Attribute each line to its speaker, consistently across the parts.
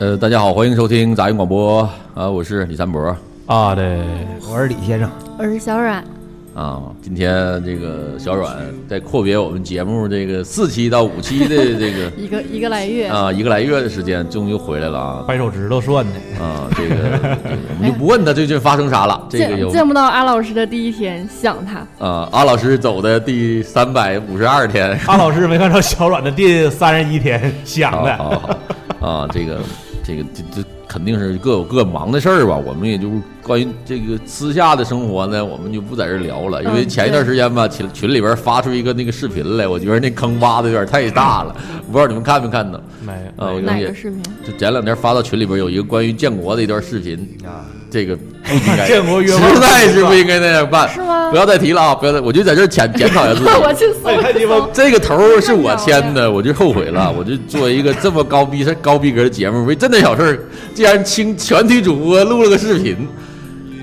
Speaker 1: 呃，大家好，欢迎收听杂音广播啊，我是李三博
Speaker 2: 啊，对，
Speaker 3: 我是李先生，
Speaker 4: 我是小阮，
Speaker 1: 啊。今天这个小阮在阔别我们节目这个四期到五 期的这个
Speaker 4: 一个一个来月，
Speaker 1: 啊一个来月的时间，终于回来了啊
Speaker 2: 掰手指头算的。
Speaker 1: 啊！这个这个我们就不问他最近发生啥了，这个
Speaker 4: 见
Speaker 1: 有
Speaker 4: 见不到阿老师的第一天，想他，
Speaker 1: 啊，阿老师走的第三百五十二天，
Speaker 2: 阿老师没看着小阮的第三十一天想
Speaker 1: 好
Speaker 2: 的，
Speaker 1: 好好啊，这个这个这这肯定是各有各忙的事儿吧。我们也就是关于这个私下的生活呢，我们就不在这儿聊了，因为
Speaker 4: 嗯
Speaker 1: 前一段时间吧，群群里边发出一个那个视频来，我觉得那坑挖的有点太大了，不知道你们看没看到
Speaker 2: 没有
Speaker 1: 啊？我
Speaker 4: 哪
Speaker 1: 也
Speaker 4: 个视频？
Speaker 1: 就前两天发到群里边有一个关于建国的一段视频啊，这个不 应该
Speaker 2: 建国约会
Speaker 1: 实在是不应该那样办，
Speaker 4: 是吗
Speaker 1: 不要再提了啊！不要再，我就在这儿检检讨一下自己。
Speaker 4: 我去搜
Speaker 2: 哎太鸡
Speaker 4: 一
Speaker 2: 巴
Speaker 4: 搜，
Speaker 1: 这个头儿是我牵的，我就后悔 了。我就做一个这么高逼高逼格的节目，为这点小事儿，竟然请全体主播录了个视频，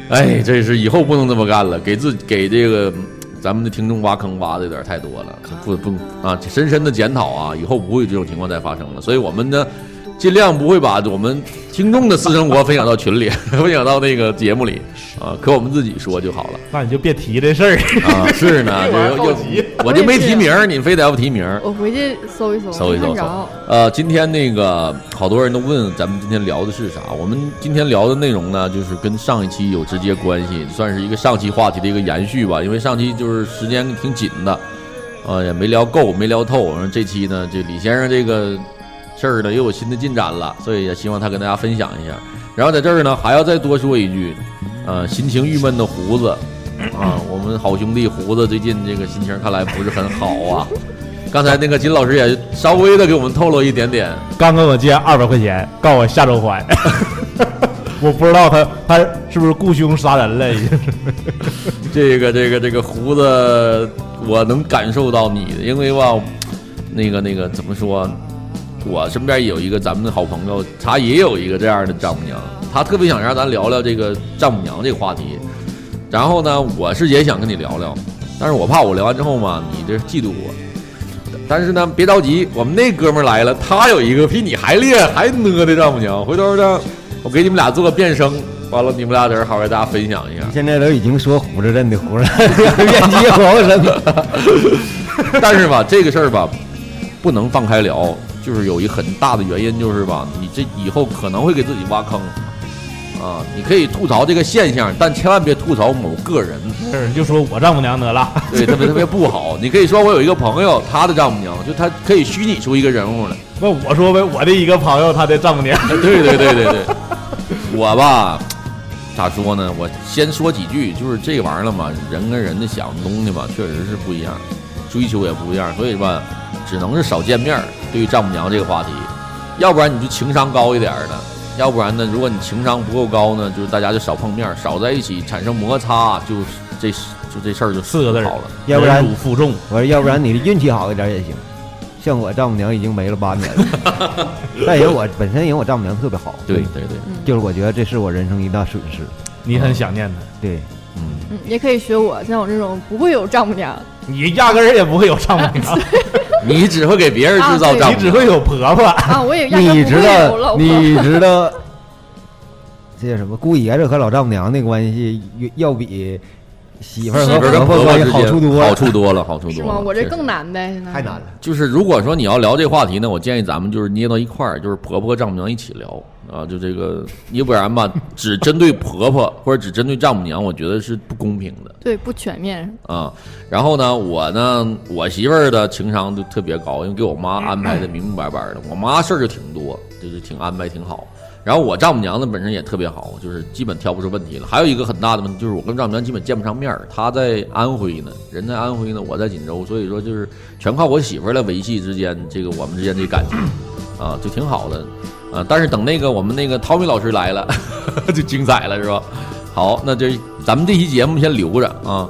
Speaker 1: 哎，这是以后不能这么干了，给自给这个咱们的听众挖坑挖的有点太多了，不不啊，深深的检讨啊，以后不会有这种情况再发生了。所以我们呢，尽量不会把我们听众的私生活分享到群里， 分享到那个节目里啊，可我们自己说就好了。
Speaker 2: 那你就别提这事儿。
Speaker 1: 啊，是呢，这
Speaker 2: 玩意
Speaker 1: 个
Speaker 2: 儿好
Speaker 1: 又
Speaker 2: 急
Speaker 1: 啊我就没提名儿，你非得要不提名儿，
Speaker 4: 我回去搜一搜，
Speaker 1: 搜一
Speaker 4: 没
Speaker 1: 搜
Speaker 4: 看
Speaker 1: 搜
Speaker 4: 着。
Speaker 1: 呃，今天那个好多人都问咱们今天聊的是啥，我们今天聊的内容呢，就是跟上一期有直接关系，算是一个上期话题的一个延续吧。因为上期就是时间挺紧的，呃，也没聊够，没聊透。然后这期呢，这李先生这个事儿呢，又有新的进展了，所以也希望他跟大家分享一下。然后在这儿呢，还要再多说一句，呃，心情郁闷的胡子。啊，我们好兄弟胡子最近这个心情看来不是很好啊。刚才那个金老师也稍微的给我们透露一点点，
Speaker 2: 刚跟我借二百块钱，告我下周 还。我不知道他他是不是雇凶杀人了，已经是。
Speaker 1: 这个这个这个胡子，我能感受到你，的，因为吧，那个那个怎么说，我身边有一个咱们的好朋友，他也有一个这样的丈母娘，他特别想让咱聊聊这个丈母娘这个话题。然后呢，我是也想跟你聊聊，但是我怕我聊完之后嘛，你这嫉妒我。但是呢，别着急，我们那哥们儿来了，他有一个比你还厉害、还呢的丈母娘。回头呢，我给你们俩做个变声，完了你们俩在这儿好好给大家分享一下。
Speaker 3: 现在都已经说胡子认的胡子，面积黄生，
Speaker 1: 但是吧，这个事儿吧，不能放开聊，就是有一很大的原因，就是吧，你这以后可能会给自己挖坑。啊，你可以吐槽这个现象，但千万别吐槽某个人，
Speaker 2: 是 就说我丈母娘得了，
Speaker 1: 对，特别特别不好。你可以说我有一个朋友，他的丈母娘，就他可以虚拟出一个人物来。
Speaker 2: 那我说呗，我的一个朋友他的丈母娘。
Speaker 1: 对对对对对，我吧，咋说呢？我先说几句，就是这玩意儿了嘛，人跟人的想的东西吧，确实是不一样，追求也不一样，所以吧，只能是少见面儿。对于丈母娘这个话题，要不然你就情商高一点儿的，要不然呢，如果你情商不够高呢，就是大家就少碰面儿，少在一起产生摩擦，就是这就这事儿就
Speaker 2: 四个字儿
Speaker 1: 好了。
Speaker 3: 要不然
Speaker 2: 忍辱负重，
Speaker 3: 我说要不然你运气好一点也行。像我丈母娘已经没了八年了， 但因为我本身因为我丈母娘特别好，
Speaker 1: 对，对对，
Speaker 3: 就是我觉得这是我人生一大损失。
Speaker 2: 你很想念他，
Speaker 3: 对，
Speaker 1: 嗯。
Speaker 4: 嗯，也可以学我，像我这种不会有丈 母娘，
Speaker 2: 你压根儿也不会有 丈母娘，
Speaker 1: 你只会给别人制造
Speaker 4: 啊对
Speaker 1: 丈母娘，
Speaker 2: 你只会有婆婆。
Speaker 4: 啊，我也压根
Speaker 3: 你
Speaker 4: 不
Speaker 3: 知
Speaker 4: 会有
Speaker 3: 道
Speaker 4: 老婆。
Speaker 3: 你知道这叫什么？姑爷子和老丈母娘的关系要比媳妇儿
Speaker 1: 媳
Speaker 3: 和
Speaker 1: 妇儿跟
Speaker 3: 婆
Speaker 1: 婆婆
Speaker 3: 婆关
Speaker 1: 之
Speaker 3: 系
Speaker 1: 间
Speaker 3: 好处多
Speaker 1: 好
Speaker 3: 了，
Speaker 1: 处多了，好处
Speaker 4: 是
Speaker 1: 多
Speaker 4: 吗？
Speaker 1: 了。
Speaker 4: 我这
Speaker 1: 确实
Speaker 4: 更难呗，现在
Speaker 3: 太难。了。
Speaker 1: 就是如果说你要聊这话题呢，我建议咱们就是捏到一块儿，就是婆婆和丈母娘一起聊啊，就这个，要不然吧，只针对婆婆或者只针对丈母娘，我觉得是不公平的。
Speaker 4: 对，不全面，
Speaker 1: 啊，然后呢，我呢，我媳妇儿的情商就特别高，因为给我妈安排的明明白白的。我妈事儿就挺多，就是挺安排挺好。然后我丈母娘呢本身也特别好，就是基本挑不出问题了。还有一个很大的问题就是我跟丈母娘基本见不上面儿，她在安徽呢，人在安徽呢，我在锦州，所以说就是全靠我媳妇儿来维系之间这个我们之间这感情，啊，就挺好的。啊，但是等那个我们那个汤米老师来了， 就精彩了，是吧？好，那这咱们这期节目先留着啊。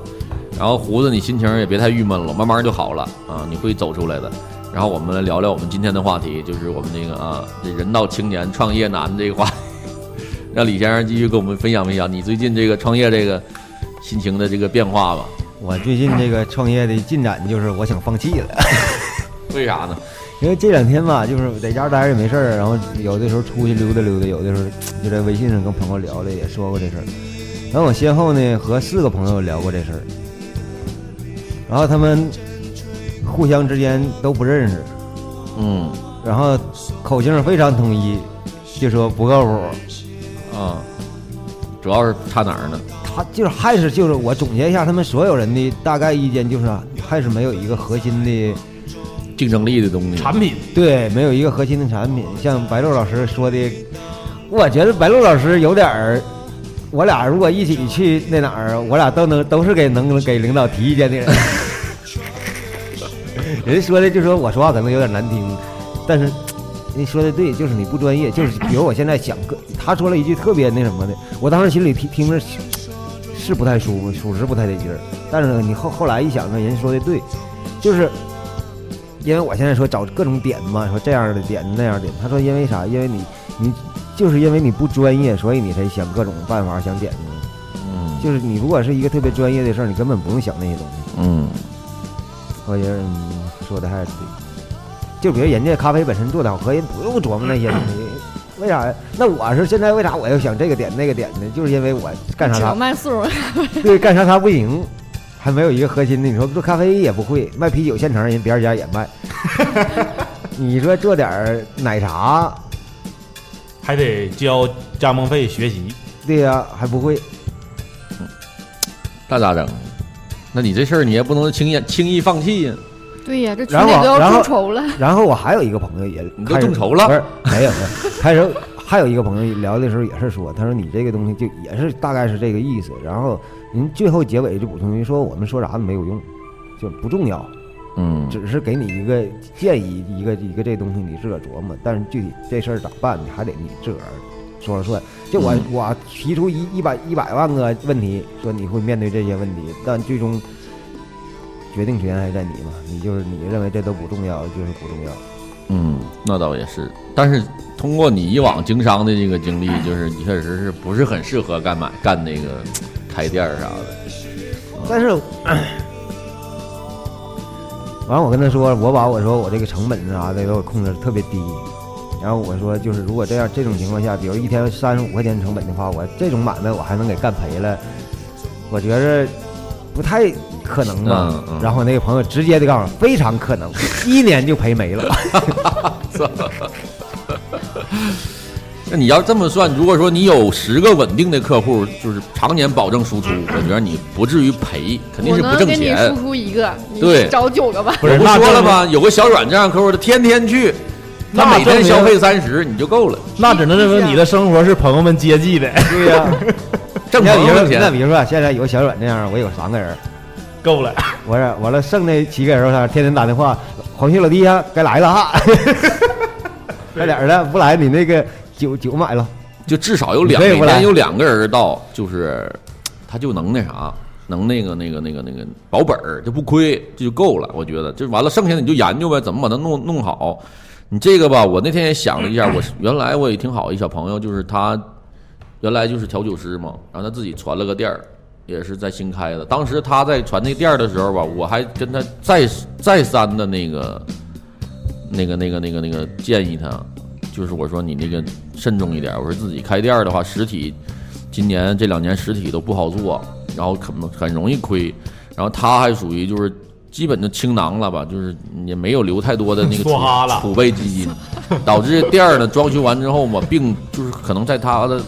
Speaker 1: 然后胡子，你心情也别太郁闷了，慢慢就好了啊，你会走出来的。然后我们来聊聊我们今天的话题，就是我们这个啊，这人到青年创业难这个话题，让李先生继续跟我们分享分享你最近这个创业这个心情的这个变化吧。
Speaker 3: 我最近这个创业的进展就是我想放弃了，
Speaker 1: 为啥呢？
Speaker 3: 因为这两天吧，就是在家待着也没事儿，然后有的时候出去溜达溜达，有的时候就在微信上跟朋友聊了，也说过这事儿。然后我先后呢和四个朋友聊过这事儿，然后他们互相之间都不认识，
Speaker 1: 嗯
Speaker 3: 然后口径非常统一，就说不靠谱。
Speaker 1: 啊，主要是差哪儿呢？
Speaker 3: 他就是还是就是我总结一下他们所有人的大概意见，就是啊还是没有一个核心的
Speaker 1: 竞争力的东西。
Speaker 2: 产品
Speaker 3: 对，没有一个核心的产品。像白鹿老师说的，我觉得白鹿老师有点儿，我俩如果一起去那哪儿，我俩都能都是给能给领导提意见的人。 人家说的就说我说话可能有点难听，但是你说的对，就是你不专业，就是比如我现在想个，他说了一句特别那什么的，我当时心里听听着是不太舒服，属实不太得劲儿。但是呢，你后后来一想呢，人家说的对，就是因为我现在说找各种点嘛，说这样的点那样的点，他说因为啥？因为你你就是因为你不专业，所以你才想各种办法想点子。
Speaker 1: 嗯
Speaker 3: 就是你如果是一个特别专业的事儿，你根本不用想那些东西。
Speaker 1: 嗯
Speaker 3: 我觉得、嗯、说的还是对。就比如人家咖啡本身做的好喝，人不用琢磨那些东西，为啥呀？那我是现在为啥我要想这个点那个点呢？就是因为我干啥
Speaker 4: 只
Speaker 3: 啥
Speaker 4: 能卖速溶，
Speaker 3: 对，干啥他不行，还没有一个核心的。你说做咖啡也不会，卖啤酒现成人别人家也卖。 你说做点儿奶茶，
Speaker 2: 还得交加盟费学习，
Speaker 3: 对呀、还不会。
Speaker 1: 那咋整？那你这事儿你也不能轻易轻易放弃呀。
Speaker 4: 对呀，这群
Speaker 3: 然
Speaker 4: 里
Speaker 3: 后
Speaker 4: 都要
Speaker 3: 然后
Speaker 4: 众筹了，
Speaker 3: 然后我还有一个朋友也
Speaker 1: 你都
Speaker 3: 开始
Speaker 1: 众筹了
Speaker 3: 不是没有没有，开始还有一个朋友聊的时候也是说，他说你这个东西就也是大概是这个意思。然后您最后结尾就补充一句说，我们说啥都没有用，就不重要。
Speaker 1: 嗯
Speaker 3: 只是给你一个建议，一个一个这东西你自个儿琢磨，但是具体这事儿咋办，你还得你自个儿说了算。就我、
Speaker 1: 嗯
Speaker 3: 我提出一一百一百万个问题，说你会面对这些问题，但最终决定权还在你嘛？你就是你认为这都不重要，就是不重要。
Speaker 1: 嗯，那倒也是。但是通过你以往经商的这个经历，就是你确实是不是很适合干买干那个开店儿啥的。
Speaker 3: 但是， 完了我跟他说，我把我说我这个成本啥的给我控制得特别低，然后我说就是如果这样这种情况下，比如一天三十五块钱成本的话，我这种买卖我还能给干赔了，我觉着不太可能吧。
Speaker 1: 嗯嗯
Speaker 3: 然后我那个朋友直接就告诉我，非常 可能，一年就赔没了。
Speaker 1: 那你要这么算，如果说你有十个稳定的客户，就是常年保证输出，我觉得你不至于赔，肯定
Speaker 4: 我
Speaker 1: 是不
Speaker 4: 能
Speaker 1: 挣
Speaker 4: 给你
Speaker 1: 钱
Speaker 4: 输。出一个，
Speaker 1: 对
Speaker 4: 你找九个吧。
Speaker 2: 不
Speaker 1: 我
Speaker 2: 是
Speaker 1: 不
Speaker 2: 那
Speaker 1: 说了
Speaker 2: 证明
Speaker 1: 吗？有个小软件让客户，他天天去，他
Speaker 2: 那
Speaker 1: 每天
Speaker 2: 证明
Speaker 1: 消费三十，你就够了，
Speaker 2: 那只能认为你的生活是啊朋友们接济的，
Speaker 3: 对呀、
Speaker 1: 挣
Speaker 3: 那
Speaker 1: 朋
Speaker 3: 比
Speaker 1: 友
Speaker 3: 如说
Speaker 1: 的
Speaker 3: 那
Speaker 1: 钱。
Speaker 3: 比如说现在有个小软这样，我有三个人，
Speaker 2: 够了。
Speaker 3: 完了完了剩那七个人，他天天打电话，黄旭老弟呀，该来 了哈，快点儿的，不来你那个酒酒买了，
Speaker 1: 就至少有两
Speaker 3: 你
Speaker 1: 每
Speaker 3: 这不来
Speaker 1: 天有两个人到，就是他就能那啥，能那个那个那个那个保本儿，就不亏，这就够了。我觉得就完了，剩下的你就研究呗，怎么把它弄弄好。你这个吧，我那天也想了一下，我是原来我也挺好一小朋友，就是他原来就是调酒师嘛，然后他自己传了个店儿，也是在新开的。当时他在传那店儿的时候吧，我还跟他再再三的那个那个那个那个那个建议他，就是我说你那个慎重一点，我说自己开店儿的话，实体今年这两年实体都不好做，然后可能很容易亏。然后他还属于就是基本就倾囊了吧，就是也没有留太多的 那个
Speaker 2: 梭哈了
Speaker 1: 储储备基金，导致店儿呢装修完之后嘛，并就是可能在他的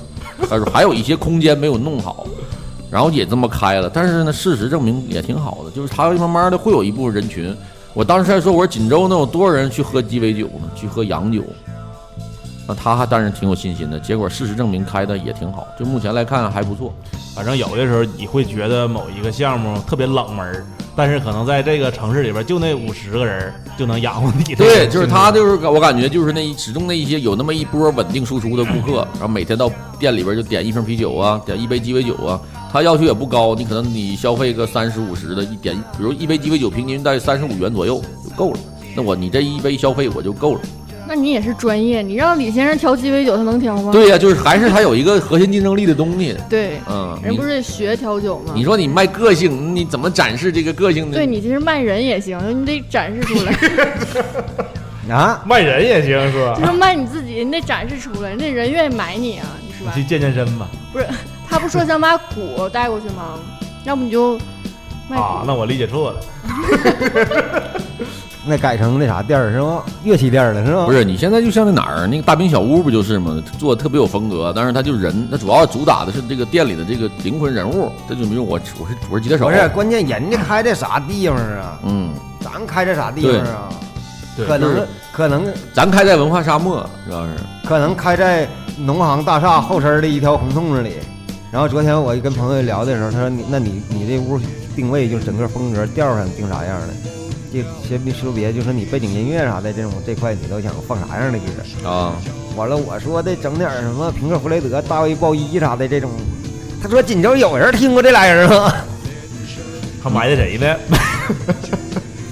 Speaker 1: 呃还有一些空间没有弄好。然后也这么开了，但是呢，事实证明也挺好的，就是他慢慢的会有一部分人群。我当时还说，我说锦州能有多少人去喝鸡尾酒呢？去喝洋酒？那他还当然挺有信心的。结果事实证明开的也挺好，就目前来看还不错。
Speaker 2: 反正有的时候你会觉得某一个项目特别冷门儿，但是可能在这个城市里边就那五十个人儿就能养活你。
Speaker 1: 对，就是他，就是我感觉就是那一始终那一些有那么一波稳定输出的顾客，然后每天到店里边就点一瓶啤酒啊，点一杯鸡尾酒啊，他要求也不高，你可能你消费个三十五十的，一点，比如一杯鸡尾酒平均在三十五元左右就够了。那我你这一杯消费我就够了，
Speaker 4: 那你也是专业，你让李先生调鸡尾酒，他能调吗？
Speaker 1: 对呀、就是还是他有一个核心竞争力的东西。
Speaker 4: 对，
Speaker 1: 嗯，
Speaker 4: 人
Speaker 1: 你
Speaker 4: 不是得学调酒吗？
Speaker 1: 你说你卖个性，你怎么展示这个个性呢？
Speaker 4: 嗯对你其实卖人也行，你得展 示出来，
Speaker 3: 啊，
Speaker 2: 卖人也行是
Speaker 4: 就
Speaker 1: 嗯
Speaker 2: 吧？
Speaker 4: 是卖你自己，你得展示出来，那人愿意买你啊，你是
Speaker 2: 你
Speaker 4: 吧
Speaker 2: 去？健健身吧。
Speaker 4: 他不说想把鼓带过去吗？要不你就卖
Speaker 2: 啊，
Speaker 4: 鼓。
Speaker 2: 那我理解错了。
Speaker 3: 那改成那啥店儿是吗？乐器店儿了是吗？
Speaker 1: 不，是，你现在就像那哪儿那个大兵小屋不就是吗？做的特别有风格，但是他就人，他主要主打的是这个店里的这个灵魂人物。这就比如我，我是我是吉他手，
Speaker 3: 不是，关键人家开在啥地方啊？
Speaker 1: 嗯，
Speaker 3: 咱开在啥地方啊？
Speaker 2: 对
Speaker 3: 可
Speaker 1: 就
Speaker 3: 能
Speaker 1: 是
Speaker 3: 可能
Speaker 1: 咱开在文化沙漠，主要是
Speaker 3: 可能开在农行大厦后身儿的一条胡同里。然后昨天我跟朋友聊的时候，他说你那你你这屋定位就是整个风格调儿上定啥样的？这先别说别，就说你背景音乐啥的这种这块，你都想放啥样的歌？
Speaker 1: 啊，
Speaker 3: 完了，我说的整点儿什么平克·弗雷德、大卫·鲍伊啥的这种。他说锦州有人听过这俩人吗？
Speaker 2: 还埋汰谁 呢？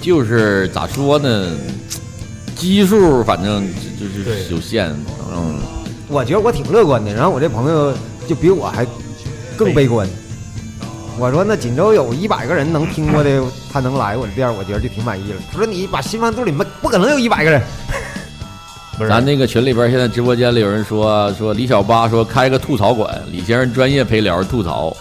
Speaker 1: 就是咋说呢，基数反正就就是
Speaker 2: 对
Speaker 1: 有限，嗯，
Speaker 3: 我觉得我挺乐观的，然后我这朋友就比我还更悲观。我说那锦州有一百个人能听过的，他能来我这店儿，我觉得就挺满意了。他说你把新房肚里没不可能有一百个人，
Speaker 2: 不是，
Speaker 1: 咱那个群里边现在直播间里有人说说李小八说开个吐槽馆，李先生专业陪聊吐槽，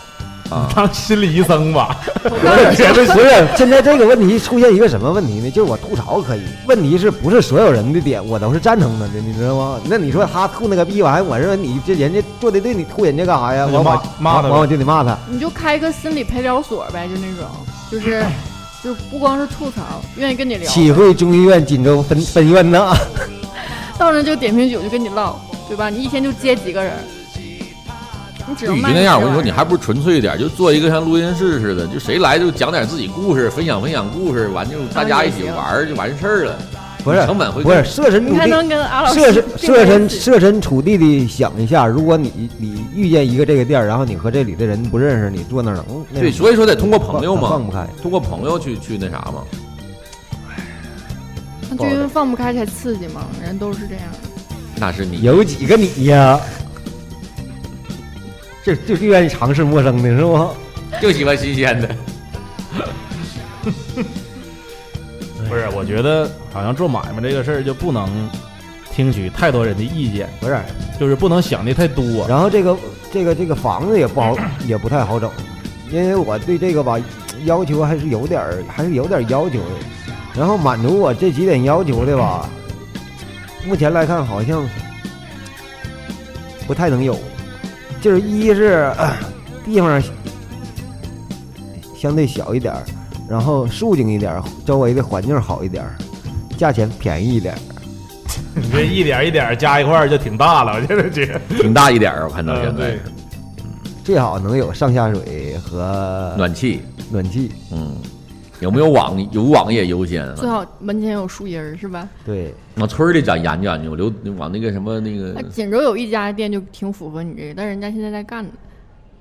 Speaker 1: 啊，
Speaker 2: 当心理医生吧。
Speaker 4: 我
Speaker 2: 我
Speaker 4: 告诉
Speaker 2: 也
Speaker 4: 你
Speaker 2: 觉得
Speaker 3: 不是现在这个问题出现一个什么问题呢？就是我吐槽可以，问题是不是所有人的点我都是赞同的呢？你知道吗？那你说他吐那个逼玩意儿，我认为你这人家做的对，你吐人家干啥呀？
Speaker 2: 那就
Speaker 3: 我
Speaker 2: 骂骂他呗
Speaker 3: 完我就得骂他。
Speaker 4: 你就开个心理陪聊所呗，就那种，就是 就是不光是吐槽，愿意跟你聊，
Speaker 3: 启惠中医院锦州分分院呐，
Speaker 4: 到那就点瓶酒就跟你唠，对吧？你一天就接几个人，你只
Speaker 1: 就
Speaker 4: 能
Speaker 1: 与
Speaker 4: 卖
Speaker 1: 其那样，
Speaker 4: 这
Speaker 1: 我跟你说，
Speaker 4: 玩
Speaker 1: 你
Speaker 4: 意儿
Speaker 1: 还不如纯粹一点，就做一个像录音室似的，就谁来就讲点自己故事，分享分享故事，完就大家一起玩儿就完事儿了。
Speaker 3: 不是
Speaker 1: 成本会更
Speaker 3: 不是设身处
Speaker 4: 你还
Speaker 3: 地。
Speaker 4: 能跟阿老师
Speaker 3: 设身
Speaker 4: 定
Speaker 3: 设
Speaker 4: 位
Speaker 3: 身
Speaker 4: 起
Speaker 3: 设身处地的想一下，如果你你遇见一个这个店儿，然后你和这里的人不认识，你坐那儿能
Speaker 1: 对，所以说得通过朋友
Speaker 3: 放不
Speaker 1: 嘛，
Speaker 3: 开。
Speaker 1: 通过朋友去去那啥嘛。
Speaker 4: 那就因为放不开才刺激嘛，人都是这样。
Speaker 1: 那是你
Speaker 3: 有几个你呀？就就是愿意尝试陌生的是吗？
Speaker 1: 就喜欢新鲜的，哎
Speaker 2: 不是，我觉得好像做买卖这个事儿就不能听取太多人的意见，
Speaker 3: 不是，
Speaker 2: 就是不能想的太多。
Speaker 3: 然后这个这个这个房子也不好， 也不太好整，因为我对这个吧要求还是有点儿，还是有点儿要求的。然后满足我这几点要求的吧，目前来看好像不太能有。就是一是、 呃地方相对小一点儿，然后肃静一点儿，周围的环境好一点儿，价钱便宜一点儿。
Speaker 2: 你这一点一点加一块儿就挺大了，我现在觉 得。
Speaker 1: 挺大一点儿，我看到现
Speaker 2: 嗯
Speaker 1: 在
Speaker 2: 对
Speaker 3: 最好能有上下水和
Speaker 1: 暖气，
Speaker 3: 暖气，
Speaker 1: 嗯，有没有网有网页优先
Speaker 4: 最
Speaker 1: 啊？
Speaker 4: 好门前有树荫儿，是吧？
Speaker 3: 对。
Speaker 1: 往村儿里讲研究研究，我留往那个什么那个
Speaker 4: 那啊锦州有一家店就挺符合你这个，但人家现在在干呢。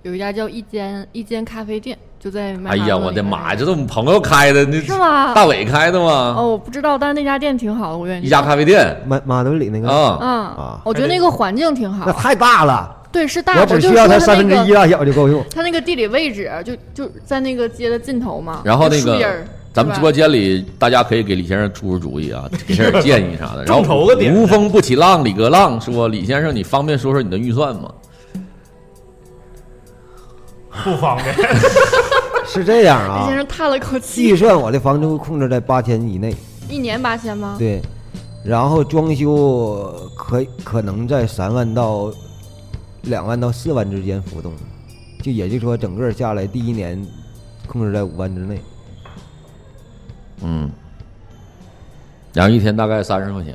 Speaker 4: 有一家叫一间一间咖啡店，就在麦
Speaker 1: 哎
Speaker 4: 当
Speaker 1: 呀，
Speaker 4: 劳
Speaker 1: 我
Speaker 4: 那
Speaker 1: 的
Speaker 4: 边
Speaker 1: 妈呀！这都我们朋友开的，那
Speaker 4: 是吗
Speaker 1: 大伟开的吗？
Speaker 4: 哦，我不知道，但是那家店挺好的，我愿意去。
Speaker 1: 一家咖啡店
Speaker 3: 马马德里那个，
Speaker 1: 啊，
Speaker 4: 啊
Speaker 3: 啊，
Speaker 4: 我觉得那个环境挺
Speaker 3: 那
Speaker 4: 好。
Speaker 3: 太大了，
Speaker 4: 对，是大，
Speaker 3: 我
Speaker 4: 就
Speaker 3: 只
Speaker 4: 是
Speaker 3: 需要
Speaker 4: 说
Speaker 3: 它
Speaker 4: 它
Speaker 3: 三分之
Speaker 4: 那
Speaker 3: 一
Speaker 4: 个。
Speaker 3: 大小就够 用。
Speaker 4: 它那个地理位置就就在那个街的尽头嘛。
Speaker 1: 然后那
Speaker 4: 就树荫
Speaker 1: 个
Speaker 4: 儿
Speaker 1: 咱们直播
Speaker 4: 是吧
Speaker 1: 间里，大家可以给李先生出出主意 啊，给点建议啥的。然
Speaker 2: 众
Speaker 1: 后
Speaker 2: 筹个点
Speaker 1: 无风不起浪，李格浪说：“李先生，你方便说说你的预算吗
Speaker 2: 不方便。
Speaker 3: 是这样
Speaker 4: 李先
Speaker 3: 啊，
Speaker 4: 生叹了口
Speaker 3: 预
Speaker 4: 气，
Speaker 3: 算我的房租控制在八千以内，
Speaker 4: 一年八千吗？
Speaker 3: 对，然后装修可可能在三万到两万到四万之间浮动，就也就是说整个下来第一年控制在五万之内，？”
Speaker 1: 嗯，然后一天大概三十块钱。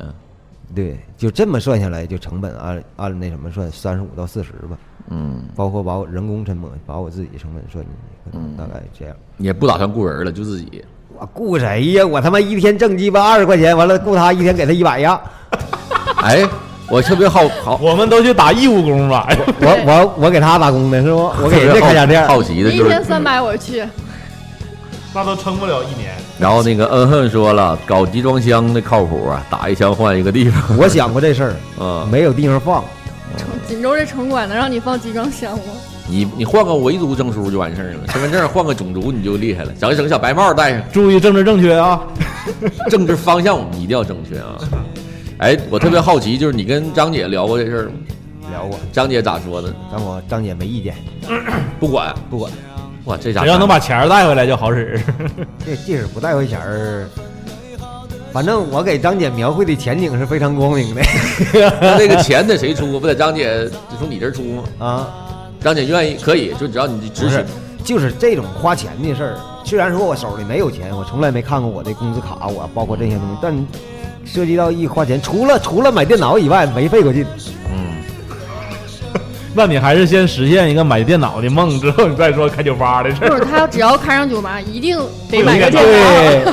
Speaker 3: 对，就这么算下来，就成本按按那什么算，三十五到四十吧，
Speaker 1: 嗯，
Speaker 3: 包括把我人工成本，把我自己成本算进去，
Speaker 4: 嗯
Speaker 3: 可能大概这样。
Speaker 1: 也不打算雇人了，就自己。
Speaker 3: 我雇谁呀？我他妈一天挣鸡巴二十块钱，完了雇他一天给他一百 呀！
Speaker 1: 哎，我特别好 好，
Speaker 2: 我们都去打义务工吧。
Speaker 3: 我 我我给他打工的是不？我给人家开家店
Speaker 1: 好，奇的
Speaker 4: 一
Speaker 1: 就
Speaker 4: 天
Speaker 1: 是
Speaker 4: 三百，我去。
Speaker 2: 那都撑不了一年。
Speaker 1: 然后那个恩恨说了，搞集装箱的靠谱啊，打一枪换一个地方。
Speaker 3: 我想过这事儿，
Speaker 1: 嗯，
Speaker 3: 没有地方放，
Speaker 4: 锦州这城管能让你放集装箱吗？
Speaker 1: 你你换个维族证书就完事儿了，身份证换个种族你就厉害了。整一整小白帽戴上，
Speaker 2: 注意政治正确啊！
Speaker 1: 政治方向我们一定要正确啊！哎，我特别好奇，就是你跟张姐聊过这事儿吗？
Speaker 3: 聊过，
Speaker 1: 张姐咋说的？
Speaker 3: 张我张姐没意见，
Speaker 1: 不管，
Speaker 3: 不管。
Speaker 1: 哇，这家
Speaker 2: 只要能把钱儿带回来就好使。
Speaker 3: 这即使不带回钱儿，反正我给张姐描绘的前景是非常光 明的
Speaker 1: 那这个钱得谁出？不得张姐就从你这儿出吗？
Speaker 3: 啊。
Speaker 1: 张姐愿意可以，就只要你
Speaker 3: 不
Speaker 1: 执行
Speaker 3: 是。，就是这种花钱的事儿。虽然说我手里没有钱，我从来没看过我的工资卡，我包括这些东西，但涉及到一花钱，除了除了买电脑以外，没费过劲。
Speaker 1: 嗯，
Speaker 2: 那你还是先实现一个买电脑的梦，之后你再说开酒吧的事
Speaker 4: 不
Speaker 2: 儿。
Speaker 4: 是，他只要看上酒吧，一定得买个
Speaker 2: 有一个
Speaker 4: 电脑。
Speaker 3: 对，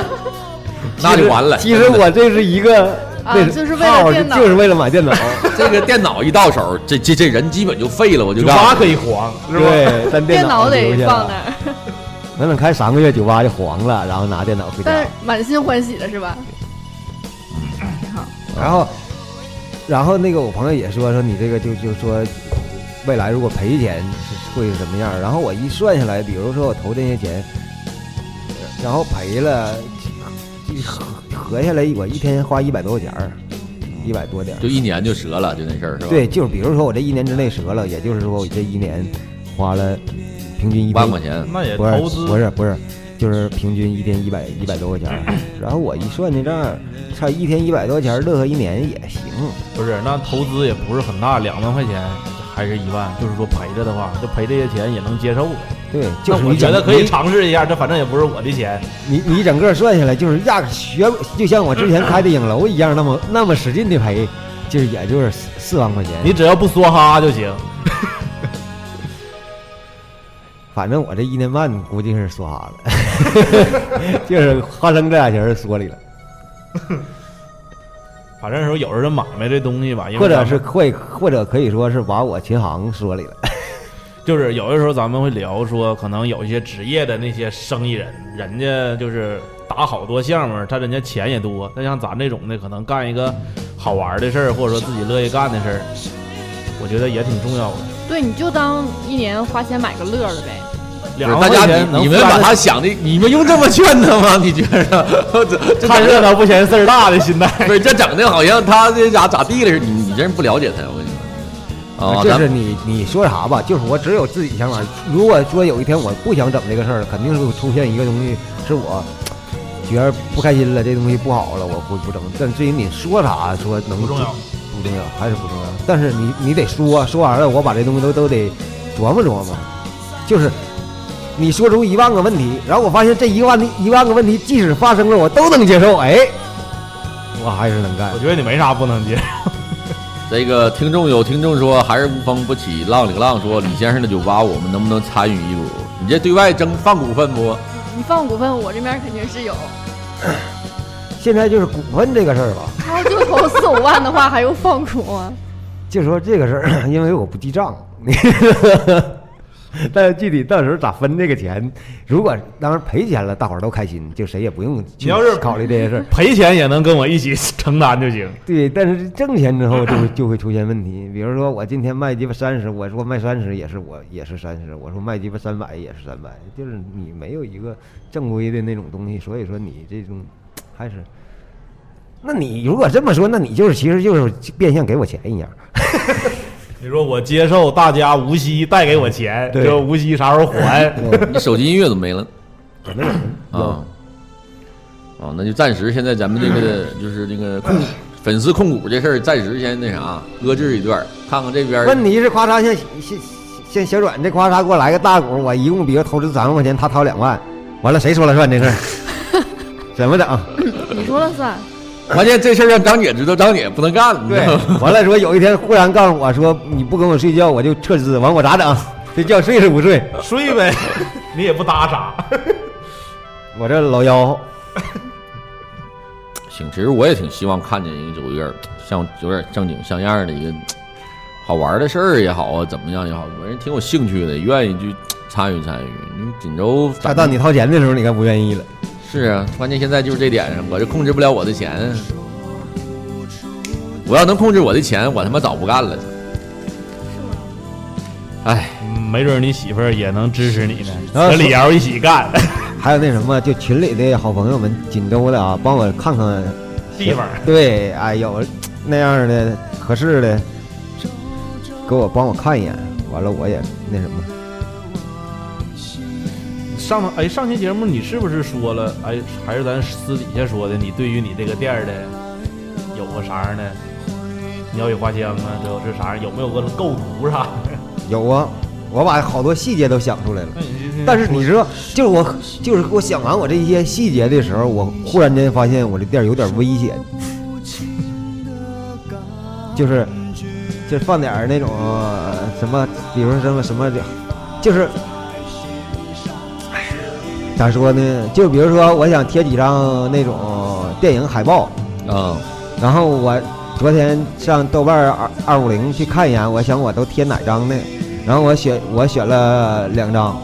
Speaker 1: 那就完了。
Speaker 3: 其实我这是一个，
Speaker 4: 啊
Speaker 3: 那
Speaker 4: 就是为了
Speaker 3: 号
Speaker 4: 电脑
Speaker 3: 就是为了买 电脑。
Speaker 1: 这个电脑一到手，这这这人基本就废了。我就
Speaker 2: 酒
Speaker 1: 告
Speaker 2: 吧
Speaker 1: 诉
Speaker 2: 可
Speaker 1: 你，
Speaker 2: 以黄，是吧？
Speaker 3: 对，但
Speaker 4: 电
Speaker 3: 脑
Speaker 4: 得
Speaker 3: 留下
Speaker 4: 放
Speaker 3: 了
Speaker 4: 那儿，
Speaker 3: 整整开三个月，酒吧就黄了，然后拿电脑回家
Speaker 4: 但。满心欢喜的是吧？挺好。
Speaker 3: 然后，然后那个我朋友也说说你这个就就说，未来如果赔钱是会是什么样儿？然后我一算下来，比如说我投这些钱，呃然后赔了，一合合下来我一天花一百多块钱儿，一百多点儿。
Speaker 1: 就一年就折了，就那事儿是吧？
Speaker 3: 对，，就是比如说我这一年之内折了，也就是说我这一年花了平均一
Speaker 1: 一
Speaker 3: 百
Speaker 1: 万块钱。
Speaker 2: 那也
Speaker 3: 不是
Speaker 2: 投资
Speaker 3: 不是不是，就是平均一天一百一百多块钱儿。然后我一算这账儿，差一天一百多块钱儿，乐呵一年也行。
Speaker 2: 不是，那投资也不是很大，两万块钱还是一万，就是说赔着的话，就赔这些钱也能接受呗。
Speaker 3: 对，就是
Speaker 2: 那我
Speaker 3: 你
Speaker 2: 觉
Speaker 3: 整
Speaker 2: 得
Speaker 3: 个
Speaker 2: 可以尝试一下，这反正也不是我的钱。
Speaker 3: 你你整个算下来就是压个学，就像我之前开的影楼一样，那么那么使劲的赔，就是也就是四四万块钱。
Speaker 2: 你只要不梭哈就行。
Speaker 3: 反正我这一年半估计是梭哈了， 就是花生这俩钱儿缩里了，
Speaker 2: 反正说有人买卖这东西吧，因为
Speaker 3: 或者
Speaker 2: 咱们
Speaker 3: 是会或者可以说是把我琴行缩里了。
Speaker 2: 就是有的时候咱们会聊说，可能有一些职业的那些生意人，人家就是打好多项目，他人家钱也多。但像咱这种的，可能干一个好玩的事儿，或者说自己乐意干的事儿，我觉得也挺重要的。
Speaker 4: 对，你就当一年花钱买个乐了呗。
Speaker 1: 不是
Speaker 2: 两
Speaker 1: 大
Speaker 2: 万
Speaker 1: 家
Speaker 2: 块钱
Speaker 1: 你
Speaker 2: 能
Speaker 1: 你们把
Speaker 2: 负担
Speaker 1: 他想的，你们用这么劝他吗？ 你觉 得？这
Speaker 2: 看热闹不嫌事儿大的心态。
Speaker 1: 不是这整的好像他这咋咋地了似的，你你真是不了解他，我跟你说。
Speaker 2: 哦
Speaker 1: 啊，
Speaker 3: 就
Speaker 1: 咱
Speaker 3: 是你你说啥吧，就是我只有自己想法。如果说有一天我不想整这个事儿了，肯定是会出现一个东西是我觉得不开心了，这东西不好了，我不不整。但至于你说啥，说能
Speaker 2: 不重要，
Speaker 3: 不重要还是不重要。但是你你得说，说完了我把这东西都都得琢磨琢磨，就是。你说出一万个问题，然后我发现这一万一万个问题，即使发生了，我都能接受。哎，我还是能干
Speaker 2: 我。觉得你没啥不能接。
Speaker 1: 这个听众有听众说，还是无风不起浪里个浪说，李先生的酒吧我们能不能参与一股？你这对外征放股份不？
Speaker 4: 你放股份，我这边肯定是有。
Speaker 3: 现在就是股份这个事儿 吧，
Speaker 4: 然后就投四五万的话，还用放股吗？
Speaker 3: 就说这个事儿， 因为我不 记账，但是具体到时候咋分这个钱，如果当时赔钱了，大伙儿都开心，就谁也不用去
Speaker 2: 你要是
Speaker 3: 考虑这些 事儿。
Speaker 2: 赔钱也能跟我一起承担就行。
Speaker 3: 对，但是挣钱之后就会就会出现问题，比如说我今天卖鸡巴三十，我说卖三十也是我也是三十，我说卖鸡巴三百也是三百，就是你没有一个正规的那种东西，所以说你这种还是，那你如果这么说，那你就是其实就是变相给我钱一样。
Speaker 2: 你说我接受大家无息带给我钱，
Speaker 3: 对
Speaker 2: 就无息啥时候 还？
Speaker 1: 你手机音乐怎么没了？
Speaker 3: 没有
Speaker 1: 啊，啊，那就暂时现在咱们这 个就是这个控粉丝控股这事儿，暂时先那啥搁置一段儿，看看这边儿
Speaker 3: 问题是，咔嚓，像像像小阮这咔嚓给我来个大股，我一共比如投资三万块钱，他掏两万，完了谁说了算这事儿？怎么整？
Speaker 4: 你说了算。
Speaker 1: 关键这事儿让张姐知道，张姐也不能干，你知道吗，
Speaker 3: 完了说有一天忽然告诉我说你不跟我睡觉我就撤资，完我咋整？这觉睡是不睡？
Speaker 2: 睡呗， 你也不搭啥。
Speaker 3: 我这老妖
Speaker 1: 行，其实我也挺希望看见一个有点儿像有点儿正经像样儿的一个好玩儿的事儿也好啊，怎么样也好，我人挺有兴趣的，愿意去参与参与。你锦州
Speaker 3: 他
Speaker 1: 咋
Speaker 3: 到你掏钱的时候，你该不愿意了。
Speaker 1: 是啊，关键现在就是这点上，我就控制不了我的钱。我要能控制我的钱，我他妈早不干了。哎，
Speaker 2: 没准儿你媳妇儿也能支持你呢，
Speaker 3: 啊
Speaker 2: 和李瑶一起 干
Speaker 3: 还有那什么，就群里的好朋友们，锦州的啊，帮我看看
Speaker 2: 地方儿。
Speaker 3: 对，哎，有那样的合适的，给我帮我看一眼。完了，我也那什么，
Speaker 2: 上头哎，上期节目你是不是说了？哎，还是咱私底下说的？你对于你这个店儿的有个啥样的？你要有花香啊，最后是啥样？有没有个构图 啥？
Speaker 3: 有啊，我把好多细节都想出来了。
Speaker 2: 那你这
Speaker 3: 但是你知道，嗯就是我，就是我想完我这一些细节的时候，我忽然间发现我这店儿有点危险，就是，就是放点儿那种呃什么，比如说什么什么的，就是，哎咋说呢？就比如说，我想贴几张那种电影海报，
Speaker 1: 嗯，
Speaker 3: 然后我昨天上豆瓣二二五零去看一眼，我想我都贴哪张呢？然后我选我选了两张，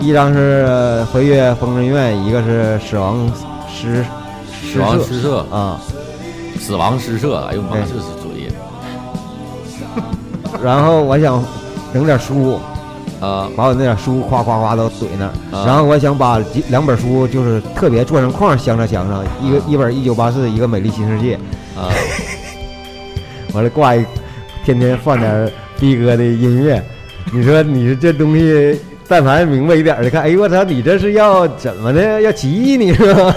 Speaker 3: 一张是飞跃疯人院，一个是死亡诗
Speaker 1: 死亡
Speaker 3: 诗
Speaker 1: 诗社，
Speaker 3: 社啊。
Speaker 1: 死亡诗社，哎呦妈，
Speaker 3: 对
Speaker 1: 这是作业
Speaker 3: 然后我想整点书，
Speaker 1: 啊！
Speaker 3: 把我那点书夸夸夸都怼那儿。
Speaker 1: 啊
Speaker 3: 然后我想把几两本书就是特别做成框镶在墙上，一个
Speaker 1: 啊
Speaker 3: 一本《一九八四》，一个《美丽新世界》。
Speaker 1: 啊，
Speaker 3: 完了挂一，天天放点儿逼哥的音乐，你说你这东西，但凡明白一点儿的看，哎呦我操，你这是要怎么的？要起义你是吧？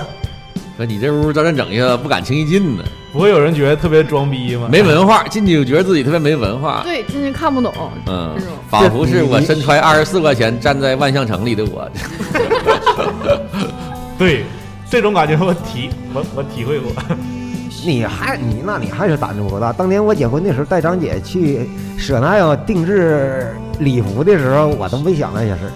Speaker 1: 说你这屋照这整一下，不敢轻易进呢，
Speaker 2: 不会有人觉得特别装逼吗？
Speaker 1: 没文化，进去就觉得自己特别没文化。
Speaker 4: 对，进去看不懂，
Speaker 1: 嗯
Speaker 4: 这种，
Speaker 1: 仿佛是我身揣二十四块钱站在万象城里的我，
Speaker 2: 对，这种感觉我体我我体会过。
Speaker 3: 你还你那你还是胆子不够大。当年我结婚的时候带张姐去舍那要定制礼服的时候，我都没想那些事儿，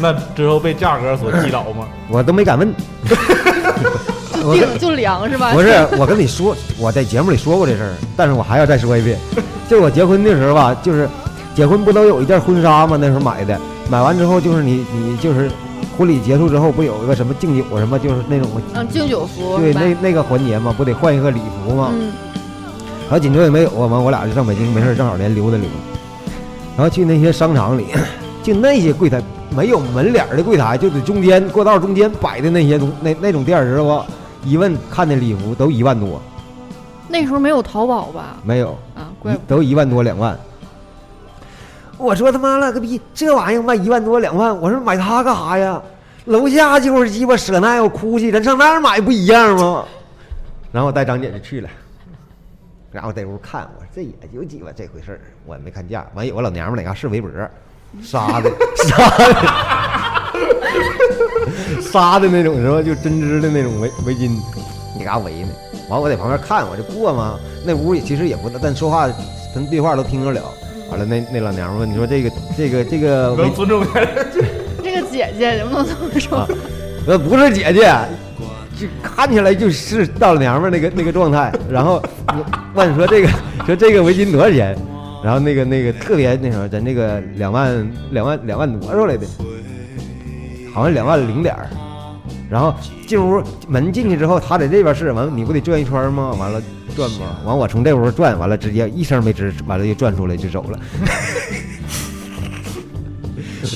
Speaker 2: 那之后被价格所击 倒吗？
Speaker 3: 我都没敢问。
Speaker 4: 就
Speaker 3: 我
Speaker 4: 定就凉是吧？嗯
Speaker 3: 不是，我跟你说，我在节目里说过这事儿，但是我还要再说一 遍，就是我结婚的时候吧，就是结婚不都有一件婚纱吗？那时候买的，买完之后就是你你就是婚礼结束之后不有一个什么敬酒什么，就是那种
Speaker 4: 嗯，敬酒服
Speaker 3: 对
Speaker 4: 是吧
Speaker 3: 那那个环节嘛，不得换一个礼服吗？
Speaker 4: 嗯，
Speaker 3: 然后锦州也没有啊嘛，我俩就上北京没事儿正好连溜达溜达，然后去那些商场里， 就那些柜台没有门脸儿的柜台，就在中间过道中间摆的那些东那那种店儿知道不？一问看那礼服都一万多，
Speaker 4: 那时候没有淘宝吧？
Speaker 3: 没有。
Speaker 4: 啊，怪不
Speaker 3: 都一万多两万。我说他妈了个逼，这玩意儿卖一万多两万，我说买它干啥呀？楼下就是鸡巴舍奈要哭泣，咱上那儿买不一样吗？然后我带张姐就去了，然后在屋看，我说这也就鸡巴这回事儿，我也没看价。完有个老娘们儿在那嘎试围脖，杀的杀的杀的那种是吧？就针织的那种围围巾，你嘎围呢。完我在旁边看，我就过嘛。那屋也其实也不大，但说话咱对话都听得了。完了那那老娘们儿，你说这个这个这个围
Speaker 2: 能尊重点。
Speaker 4: 这个姐姐能不能这么
Speaker 3: 啊
Speaker 4: 说？，
Speaker 3: 呃，不是姐姐，就看起来就是大老娘们儿那个那个状态。然后我问说这个说这个围巾多少钱？然后那个那个特别那什么，咱那个两万两万两万多出来的，好像两万零点儿。然后进屋门进去之后，他在这边试，完了你不得转一圈儿吗？完了转吗？完我从这屋转，完了直接一声没吱，完了就转出来就走了。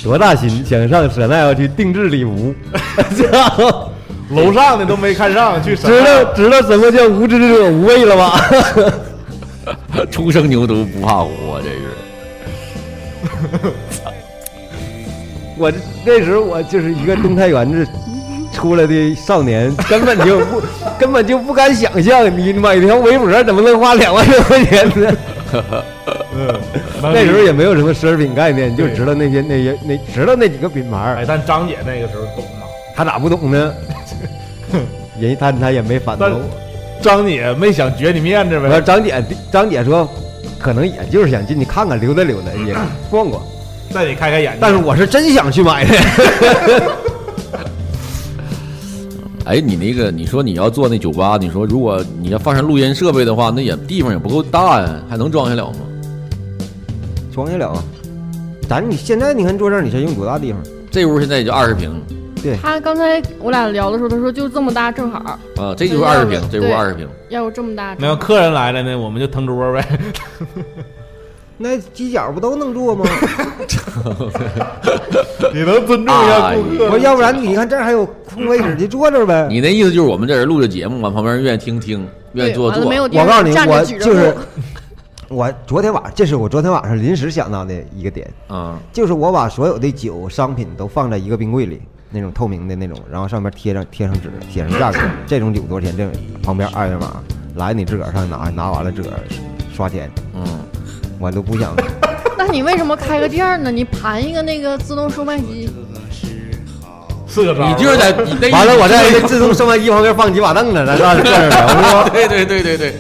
Speaker 3: 多大心想上舍奈要去定制礼服， 知道
Speaker 2: 楼上的都没看上，去什么
Speaker 3: 知道知道什么叫无知者无畏了吧？
Speaker 1: 初生牛犊不怕虎啊，这是
Speaker 3: 我这那时候我就是一个东太原这出来的少年，根本就不根本就不敢想象，你买条围脖怎么能花两万多块钱呢？
Speaker 2: 嗯，
Speaker 3: 那时候也没有什么奢侈品概念，就
Speaker 2: 对
Speaker 3: 知道那些那些那知道那几个品牌
Speaker 2: 哎，
Speaker 3: 儿，
Speaker 2: 但张姐那个时候懂吗？
Speaker 3: 他咋不 懂呢？人家他他也没反驳
Speaker 2: 但
Speaker 3: 我。
Speaker 2: 张姐没想撅你面子
Speaker 3: 我说
Speaker 2: 呗？
Speaker 3: 张姐，张姐说，可能也就是想进去看看、溜达溜达，也逛逛。
Speaker 2: 带你开开眼界。
Speaker 3: 但是我是真想去买的。
Speaker 1: 哎，你那个你说你要做那酒吧，你说如果你要放上录音设备的话，那也地方也不够大呀，还能装下了吗？
Speaker 3: 装下了啊，咱你现在你看坐这儿，你才用多大地方？
Speaker 1: 这屋现在也就二十平
Speaker 3: 对，
Speaker 4: 他刚才我俩聊的时候，他说就这么大正好，
Speaker 1: 啊，这就是二十平，这屋
Speaker 4: 对
Speaker 1: 二十平。
Speaker 4: 要有这么大
Speaker 2: 那要
Speaker 4: 正好，
Speaker 2: 客人来了呢，我们就腾桌呗。
Speaker 3: 那犄角不都能 坐吗？
Speaker 2: 你能尊重一下顾
Speaker 1: 哎
Speaker 2: 客
Speaker 3: 我说要不然你看这儿还有空位置，就坐这儿呗。
Speaker 1: 你那意思就是我们这人录着节目，往旁边人愿意听听，愿意
Speaker 4: 对，
Speaker 1: 坐
Speaker 4: 完了
Speaker 1: 坐
Speaker 4: 没。有地
Speaker 3: 我
Speaker 4: 方
Speaker 3: 告诉你，
Speaker 4: 站着
Speaker 3: 我
Speaker 4: 举着
Speaker 3: 就是
Speaker 4: 录
Speaker 3: 我昨天晚上，这是我昨天晚上临时想到的一个点，
Speaker 1: 啊，
Speaker 3: 就是我把所有的酒商品都放在一个冰柜里，那种透明的那种，然后上面贴上贴上纸，写上价格，这种酒多少钱？这种旁边二维码，来你自个儿上去拿，拿完了自个儿刷钱，
Speaker 1: 嗯，
Speaker 3: 我都不想。
Speaker 4: 那你为什么开个店儿呢？你盘一个那个自动售卖机，
Speaker 2: 是个招儿
Speaker 1: 你就是在你那意思
Speaker 3: 完了，我在自动售卖机旁边放几把凳子，咱让坐这儿 我说
Speaker 1: 对对对对对，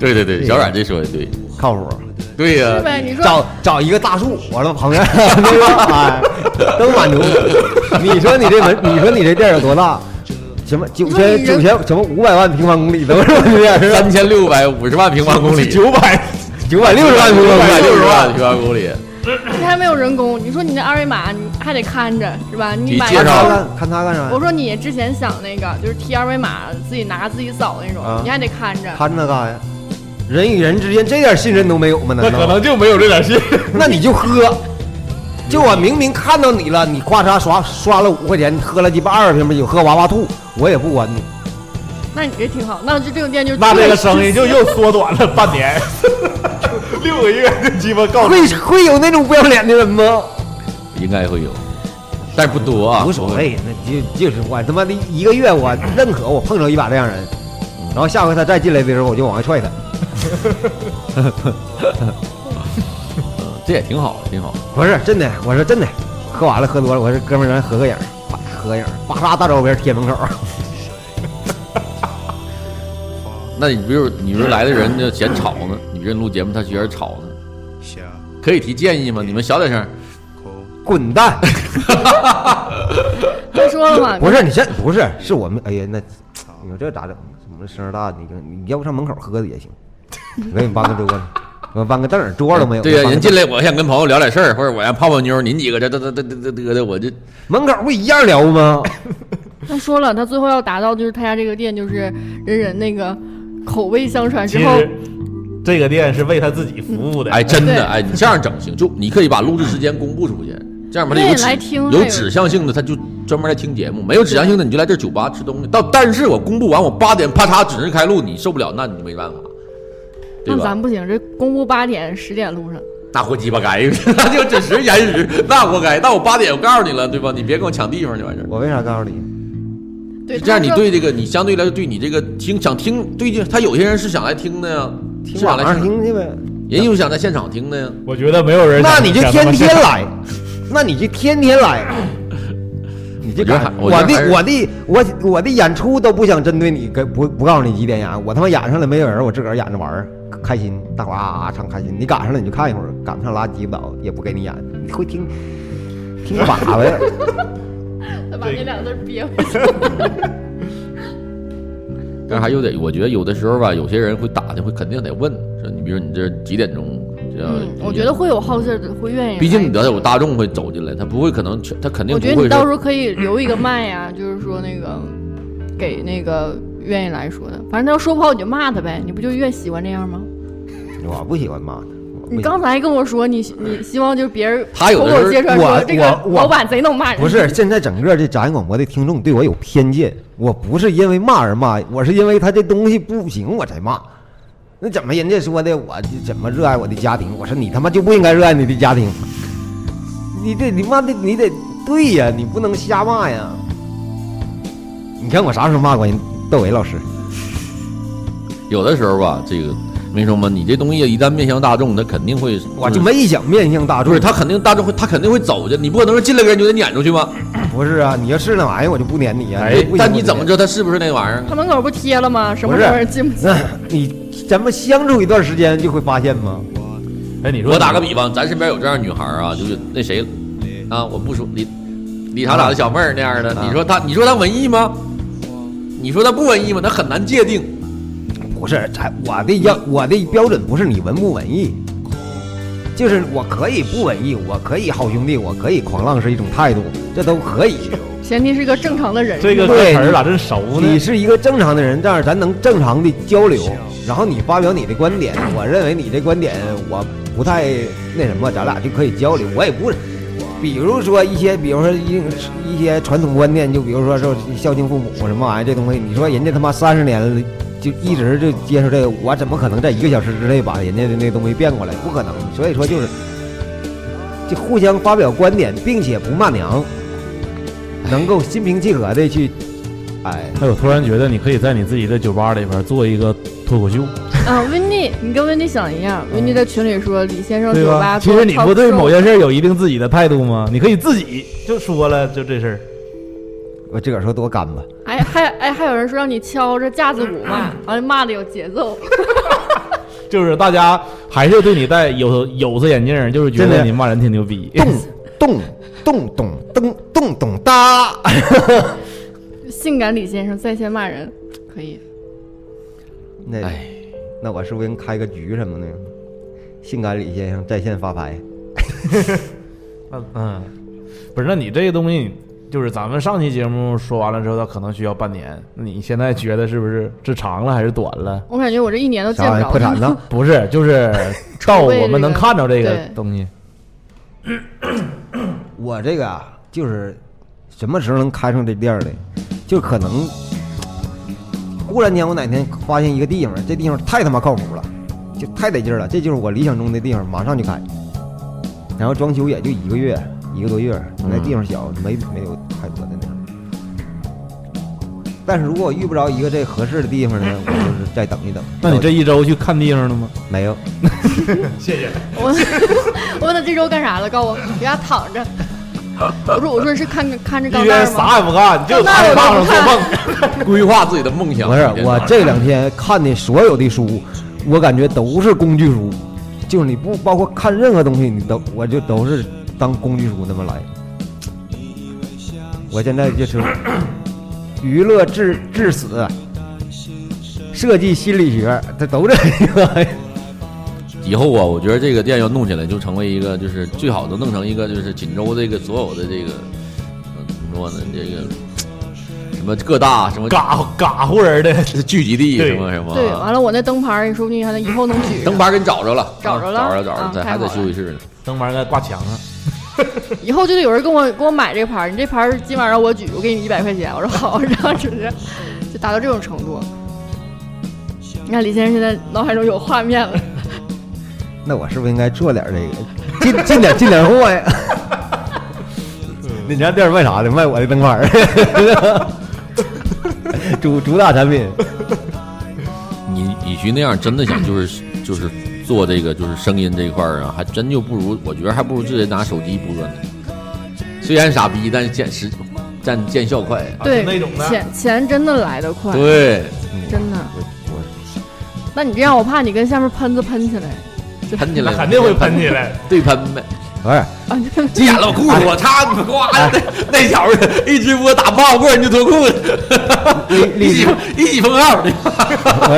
Speaker 1: 对对对，小冉这说的对，
Speaker 3: 靠谱。
Speaker 1: 对呀、
Speaker 4: 是呗？你说
Speaker 3: 找找一个大树，完了旁边 那个哎，都满足。你说你这门，你说你这店有多大？什么九
Speaker 4: 你说
Speaker 3: 千
Speaker 4: 你
Speaker 3: 九
Speaker 4: 人
Speaker 3: 千什么五百万平方公里都是我这店是吧
Speaker 1: 三？千六百五十万平方公里，
Speaker 3: 九百九百六十万平
Speaker 1: 九
Speaker 3: 方
Speaker 1: 百
Speaker 3: 公
Speaker 1: 六十
Speaker 3: 里，
Speaker 1: 万平方公里，
Speaker 4: 你还没有人工，你说你那二维码你还得看着是吧？你
Speaker 1: 你
Speaker 4: 买
Speaker 1: 介
Speaker 3: 看
Speaker 4: 一
Speaker 1: 绍
Speaker 3: 他
Speaker 4: 个
Speaker 3: 干看他干啥
Speaker 4: 我
Speaker 3: 呀？
Speaker 4: 说你之前想那个就是贴二维码自己拿自己扫那种，
Speaker 3: 啊
Speaker 4: 你还得看着。
Speaker 3: 看着干啥呀？人与人之间这点信任都没有吗？
Speaker 2: 那
Speaker 3: 难
Speaker 2: 可
Speaker 3: 道？
Speaker 2: 能就没有这点信。
Speaker 3: 那你就喝。就我明明看到你了，你咔嚓刷刷了五块钱，喝了鸡巴二十瓶啤酒，喝哇哇吐，我也不管你。
Speaker 4: 那你这挺好，那就这种店就
Speaker 2: 那这个
Speaker 4: 退
Speaker 2: 生意就又缩短了半年，六个月就鸡巴告
Speaker 3: 会会有那种不要脸的人吗？
Speaker 1: 应该会有，但是不多啊，
Speaker 3: 无所谓，那就就是我他妈的一个月，我认可我碰着一把这样人，然后下回他再进来的时候，我就往外踹他。
Speaker 1: 嗯，这也挺好的，挺好的。
Speaker 3: 不是真的，我说真的，喝完了喝多了，我说哥们儿，咱合个影，啪合个影，巴拉大照片贴门口，
Speaker 1: 那你比如你说来的人就嫌吵呢，你这录节目他嫌吵呢，可以提建议
Speaker 3: 嗯
Speaker 1: 吗？你们小点声，
Speaker 3: 滚蛋！
Speaker 4: 他说了嘛，
Speaker 3: 不是你这不是是我们，哎呀那，你说这咋整？我们声儿大，你你要不上门口喝的也行，我给你搬个桌子，我搬个凳儿，桌都没有。
Speaker 1: 对呀、
Speaker 3: 搬个
Speaker 1: 人
Speaker 3: 凳
Speaker 1: 进来我想跟朋友聊点事儿，或者我想泡泡妞，您几个这这这这这这的，我就
Speaker 3: 门口不一样聊吗？
Speaker 4: 他说了，他最后要达到就是他家这个店就是人人那个口味相传
Speaker 2: 其
Speaker 4: 之后，
Speaker 2: 实这个店是为他自己服务的。
Speaker 1: 哎，真
Speaker 4: 对
Speaker 1: 的哎，你这样整行，就你可以把录制时间公布出去，这样吧，它有
Speaker 4: 对
Speaker 1: 指
Speaker 4: 来听
Speaker 1: 有
Speaker 4: 还有
Speaker 1: 指向性的，他就专门来听节目；没有指向性的，你就来这酒吧吃东西。到但是我公布完，我八点啪嚓准时开录，你受不了，那你就没办法，对
Speaker 4: 那
Speaker 1: 吧
Speaker 4: 咱？不行，这公布八点十点路上，
Speaker 1: 那活鸡巴该，那就准时延时，那活该。那我八点我告诉你了，对吧？你别跟我抢地方就完事儿。
Speaker 3: 我为啥告诉你？
Speaker 4: 对，
Speaker 1: 这样
Speaker 4: 他
Speaker 1: 你
Speaker 4: 说
Speaker 1: 对这个你相对来说对你这个听想听对这他有些人是想来听的呀，
Speaker 3: 听
Speaker 1: 是想啊
Speaker 3: 网
Speaker 1: 来
Speaker 3: 上
Speaker 1: 现场，
Speaker 3: 听去呗。
Speaker 1: 人又想在现场听的呀。
Speaker 2: 我觉得没有人想。
Speaker 3: 那你就
Speaker 2: 想他
Speaker 3: 天
Speaker 2: 妈
Speaker 3: 天
Speaker 2: 这
Speaker 3: 来，那你就天天来，你就
Speaker 1: 我觉得还
Speaker 3: 敢
Speaker 1: 我
Speaker 3: 我
Speaker 1: 觉得还
Speaker 3: 的
Speaker 1: 是
Speaker 3: 我的我我的演出都不想针对你，跟不不告诉你几点演，我他妈演上了没有人，我自个儿演着玩儿，开心，大伙儿啊啊啊唱开心。你赶上了你就看一会儿，赶不上拉鸡巴倒，也不给你演，你会听听个粑呗。
Speaker 4: 他把那两个字憋回去。
Speaker 1: 但是还有得，我觉得有的时候吧，有些人会打听，会肯定得问，说你比如你这几点钟，这要
Speaker 4: 嗯，我觉得会有好事的，会愿意。
Speaker 1: 毕竟你要有，大众会走进来，他不会可能全，他肯定
Speaker 4: 我
Speaker 1: 不
Speaker 4: 觉得
Speaker 1: 会
Speaker 4: 你到时
Speaker 1: 说
Speaker 4: 候可以留一个麦呀，就是说那个给那个愿意来说的，反正他要说不好你就骂他呗，你不就越喜欢这样吗？
Speaker 3: 我不喜欢骂他，我不
Speaker 4: 你
Speaker 3: 喜欢
Speaker 4: 刚才还跟我说你你希望就是别人
Speaker 1: 他有
Speaker 4: 口
Speaker 1: 的时
Speaker 4: 口
Speaker 1: 候
Speaker 4: 揭穿
Speaker 3: 我
Speaker 4: 说这个
Speaker 3: 我我
Speaker 4: 老板贼能骂人，
Speaker 3: 不是，现在整个这杂音广播的听众对我有偏见，我不是因为骂而骂，我是因为他这东西不行我才骂。那怎么人家说的我怎么热爱我的家庭？我说你他妈就不应该热爱你的家庭，你得你妈的你得对呀，你不能瞎骂呀。你看我啥时候骂过人窦唯老师？
Speaker 1: 有的时候吧，这个没什么，你这东西一旦面向大众，他肯定会，
Speaker 3: 我就没想面向大
Speaker 1: 啊，
Speaker 3: 众
Speaker 1: 不是，，他肯定大众会，他肯定会走进，你不可能是进来个人就得撵出去吧？
Speaker 3: 不是啊，你要是那玩意儿我就不撵你啊。
Speaker 2: 哎
Speaker 3: 你不行
Speaker 1: 但
Speaker 3: 我
Speaker 1: 你
Speaker 3: 就
Speaker 1: 怎么
Speaker 3: 撵
Speaker 1: 知道他是不是那玩意儿啊？
Speaker 4: 他门口不贴了吗？什
Speaker 3: 不
Speaker 4: 么
Speaker 3: 是
Speaker 4: 时候人进不去？
Speaker 3: 那 你咱们相处一段时间就会发现吗？
Speaker 2: 哎，你说
Speaker 1: 我打个比方，咱身边有这样女孩儿啊，就是那谁，啊，我不说理理查塔的小妹儿那样的，
Speaker 3: 啊
Speaker 1: 你说她，你说她文艺吗？你说她不文艺吗？她很难界定。
Speaker 3: 不是，才我的要我的标准不是你文不文艺，就是我可以不文艺，我可以好兄弟，我可以狂浪是一种态度，这都可以。
Speaker 4: 前提是一个正常的人。
Speaker 2: 这个歌词儿咋真熟
Speaker 3: 你
Speaker 2: 呢？
Speaker 3: 是一个正常的人，这样咱能正常的交流，然后你发表你的观点，我认为你的观点我不太那什么，咱俩就可以交流。我也不，比如说一些，比如说一一些传统观念，就比如说说孝敬父母什么玩啊意儿这东西，你说人家他妈三十年了。就一直就接受这个，我怎么可能在一个小时之内把人家的那东西变过来？不可能。所以说就是，就互相发表观点，并且不骂娘，能够心平气和的去，哎，
Speaker 2: 哎，我突然觉得你可以在你自己的酒吧里边做一个脱口秀，
Speaker 4: 啊，温妮，你跟温妮想一样，温妮在群里说李先生
Speaker 2: 对
Speaker 4: 酒吧
Speaker 2: 吧？其
Speaker 4: 做
Speaker 2: 实你不对
Speaker 4: talk show
Speaker 2: 某件事儿有一定自己的态度吗？你可以自己就说了，就这事儿。
Speaker 3: 我自个儿说多干吧，
Speaker 4: 哎，还哎，还有人说让你敲着架子鼓骂，完了骂的有节奏。
Speaker 2: 就是大家还是对你戴有有色眼镜儿，就是觉
Speaker 3: 真
Speaker 2: 得
Speaker 3: 的
Speaker 2: 你骂人挺牛逼。
Speaker 3: 动动动咚咚咚 哒，
Speaker 4: 性感李先生在线骂人，可以。
Speaker 3: 那
Speaker 1: 哎，
Speaker 3: 那我是不是应开个局什么的？性感李先生在线发牌，
Speaker 2: 嗯，不是，那你这个东西，就是咱们上期节目说完了之后，它可能需要半年。那你现在觉得是不是这长了还是短了？
Speaker 4: 我感觉我这一年都见
Speaker 3: 啥
Speaker 4: 不
Speaker 3: 玩意
Speaker 4: 着
Speaker 3: 儿破产
Speaker 4: 他。
Speaker 3: 了？
Speaker 2: 不是，就是 到
Speaker 4: 位
Speaker 2: 我
Speaker 4: 这
Speaker 2: 们能
Speaker 4: 个
Speaker 2: 看着这个
Speaker 4: 对
Speaker 2: 东西。
Speaker 3: 我这个啊，就是什么时候能开上这店儿的，就可能呃忽然间我哪天发现一个地方，这地方太他妈靠谱了，就太得劲儿了，这就是我理想中的地方，马上就开。然后装修也就一个月，一个多月，
Speaker 2: 嗯
Speaker 3: 那地方小，没没有太多的那什么。但是如果我遇不着一个这合适的地方呢，我就是再等一等。
Speaker 2: 那你这一周去看地方了吗？
Speaker 3: 没有？
Speaker 4: 我我问他这周干啥了，告诉我别家躺着。我说我说是看看着
Speaker 2: 一
Speaker 4: 钢
Speaker 2: 天
Speaker 4: 蛋儿吗？
Speaker 2: 啥也不干，就
Speaker 4: 那
Speaker 2: 躺
Speaker 4: 我
Speaker 2: 炕
Speaker 4: 都
Speaker 2: 上
Speaker 4: 不
Speaker 2: 做
Speaker 4: 看
Speaker 2: 梦。
Speaker 1: 规划自己的梦想。
Speaker 3: 不是，我这两天看的所有的书，我感觉都是工具书，就是你不包括看任何东西，你都我就都是当工具书那么来。我现在就是 娱乐至至死，设计心理学，这都这个。
Speaker 1: 以后啊，我觉得这个店要弄起来，就成为一个，就是最好能弄成一个，就是锦州这个所有的这个，呃怎么说呢，这个什么各大什么
Speaker 2: 嘎嘎呼人的，
Speaker 1: 聚集地
Speaker 2: 对
Speaker 1: 什么什么，啊
Speaker 4: 对，
Speaker 2: 啊
Speaker 4: 完了我那灯牌儿，说不定还能以后能举。
Speaker 1: 灯牌给你找着了，
Speaker 4: 找着了
Speaker 1: 啊找着找着
Speaker 4: 啊，
Speaker 1: 在还
Speaker 4: 太好
Speaker 1: 在
Speaker 4: 了
Speaker 1: 休息室呢。
Speaker 2: 灯牌儿应该挂墙啊上。
Speaker 4: 以后就得有人跟我给我买这牌儿，你这牌儿今晚让我举，我给你一百块钱。我说好，然后就是就达到这种程度。你看李先生现在脑海中有画面了，
Speaker 3: 那我是不是应该做点这个，进进点进点货呀？ 你家店卖啥的？卖我的灯牌儿， 主主打产品。
Speaker 1: 你与其那样，真的想就是就是做这个就是声音这一块儿啊，还真就不如，我觉得还不如直接拿手机播呢。虽然傻逼，但是见实但见效快。
Speaker 2: 啊
Speaker 4: 对
Speaker 2: 就那种，的
Speaker 4: 钱钱真的来得快，
Speaker 1: 对，
Speaker 4: 真的。那你这样，我怕你跟下面喷子喷起来。
Speaker 1: 喷起来
Speaker 2: 那肯定会喷起来。
Speaker 1: 对喷 呗。
Speaker 3: 不是，
Speaker 1: 急眼了，我裤子我擦， 呱，那那小子一直播打爆过人就脱裤子，
Speaker 3: 荔
Speaker 1: 一
Speaker 3: 荔
Speaker 1: 起
Speaker 3: 枝
Speaker 1: 一起封号，
Speaker 3: 不是，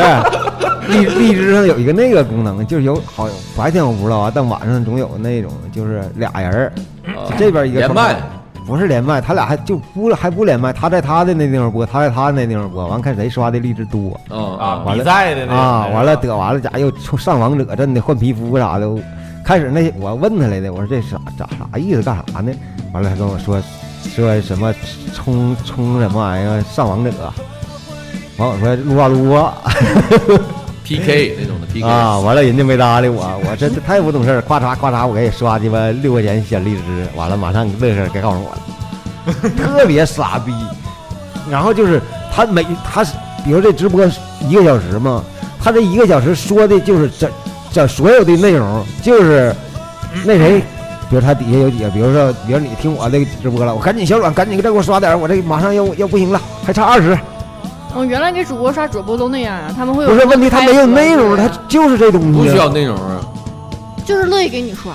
Speaker 3: 哎荔荔枝上有一个那个功能，就是有好白天我不知道啊，但晚上总有那种就是俩人儿，就这边一个
Speaker 1: 啊连麦
Speaker 3: 窗口。不是连麦，他俩还就不还不连麦，他在他的那地方播，他在他那地方播，完看谁刷的荔枝多
Speaker 1: 嗯
Speaker 2: 啊，哎
Speaker 3: 完
Speaker 2: 比
Speaker 3: 了
Speaker 2: 赛的那种
Speaker 3: 啊！
Speaker 2: 的
Speaker 3: 完了得完了，家伙又冲上王者阵的换皮肤啥的，我开始那我问他来的，我说这啥咋啥意思干啥呢？完了他跟我说说什么冲冲什么玩意儿上王者，啊完我说撸啊撸啊。
Speaker 1: PK 那种的 PK
Speaker 3: 啊，完了人家没搭理我，啊我这这太不懂事儿，咔嚓咔嚓，我给刷鸡巴六块钱小荔枝，完了马上乐呵该告诉我了，特别傻逼。然后就是他每他是，比如这直播一个小时嘛，他这一个小时说的就是这这所有的内容，就是那谁。比如他底下有几个，比如说，比如你听我这个直播了，我赶紧小软，赶紧再给我刷点儿，我这马上要要不行了，还差二十。
Speaker 4: 嗯，原来给主播刷主播都那样啊，他们会有
Speaker 3: 不是问题，他没有内容，他
Speaker 4: 他
Speaker 3: 就是这东西啊。
Speaker 1: 不需要内容啊，
Speaker 4: 就是乐意给你刷，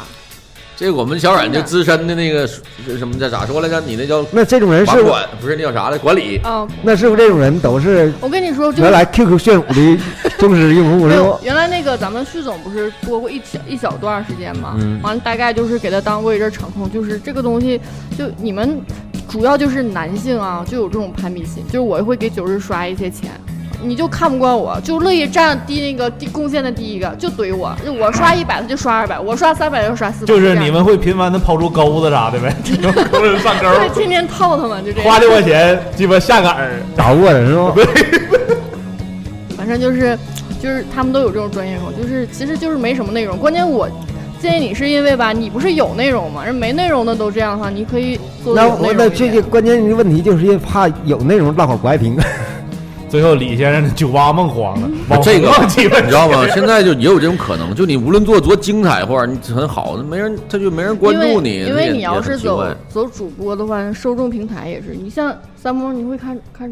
Speaker 1: 这我们小冉
Speaker 4: 真
Speaker 1: 就
Speaker 4: 的
Speaker 1: 资深的那个这什么叫咋说来着？你那叫
Speaker 3: 那这种人
Speaker 1: 管
Speaker 3: 是不？
Speaker 1: 管不是那叫啥来管理？
Speaker 4: 啊，
Speaker 3: 那是不是这种人都是
Speaker 4: 我跟你说，就是
Speaker 3: 原来 QQ 炫舞的忠实用户
Speaker 4: 没
Speaker 3: 是
Speaker 4: 有
Speaker 3: 不？
Speaker 4: 原来那个咱们旭总不是播过一小一小段时间嘛，
Speaker 3: 嗯
Speaker 4: 完了大概就是给他当过一阵儿场控，就是这个东西，就你们主要就是男性啊，就有这种攀比心，就是我会给九日刷一些钱。你就看不惯我，就乐意占第那个第贡献的第一个，就怼我。就我刷一百，他就刷二百；我刷三百，他就刷四百。
Speaker 2: 就是
Speaker 4: 这样
Speaker 2: 你们会频繁的抛出钩子啥的 呗，这种钩子上钩儿，
Speaker 4: 对天天套他们，就这样。
Speaker 2: 花六块钱鸡巴下杆儿，
Speaker 3: 打不过人是不？
Speaker 4: 反正就是，就是他们都有这种专业口，就是其实就是没什么内容。关键我建议你是因为吧，你不是有内容吗？人没内容的都这样的话，你可以做得
Speaker 3: 那
Speaker 4: 有内
Speaker 3: 我
Speaker 4: 容
Speaker 3: 那
Speaker 4: 一
Speaker 3: 这
Speaker 4: 点
Speaker 3: 个关键的问题就是因为怕有内容大伙儿不爱听，
Speaker 2: 最后李先生的酒吧梦慌
Speaker 3: 嗯
Speaker 2: 了，网
Speaker 1: 这个
Speaker 2: 红梦鸡巴
Speaker 1: 你知道吗？现在就也有这种可能，就你无论做多精彩或者你很好，没人他就没人关
Speaker 4: 因为
Speaker 1: 注你，
Speaker 4: 因为
Speaker 1: 也
Speaker 4: 你要
Speaker 1: 也很
Speaker 4: 是
Speaker 1: 奇
Speaker 4: 走
Speaker 1: 怪
Speaker 4: 走主播的话，受众平台也是。你像三毛，你会看看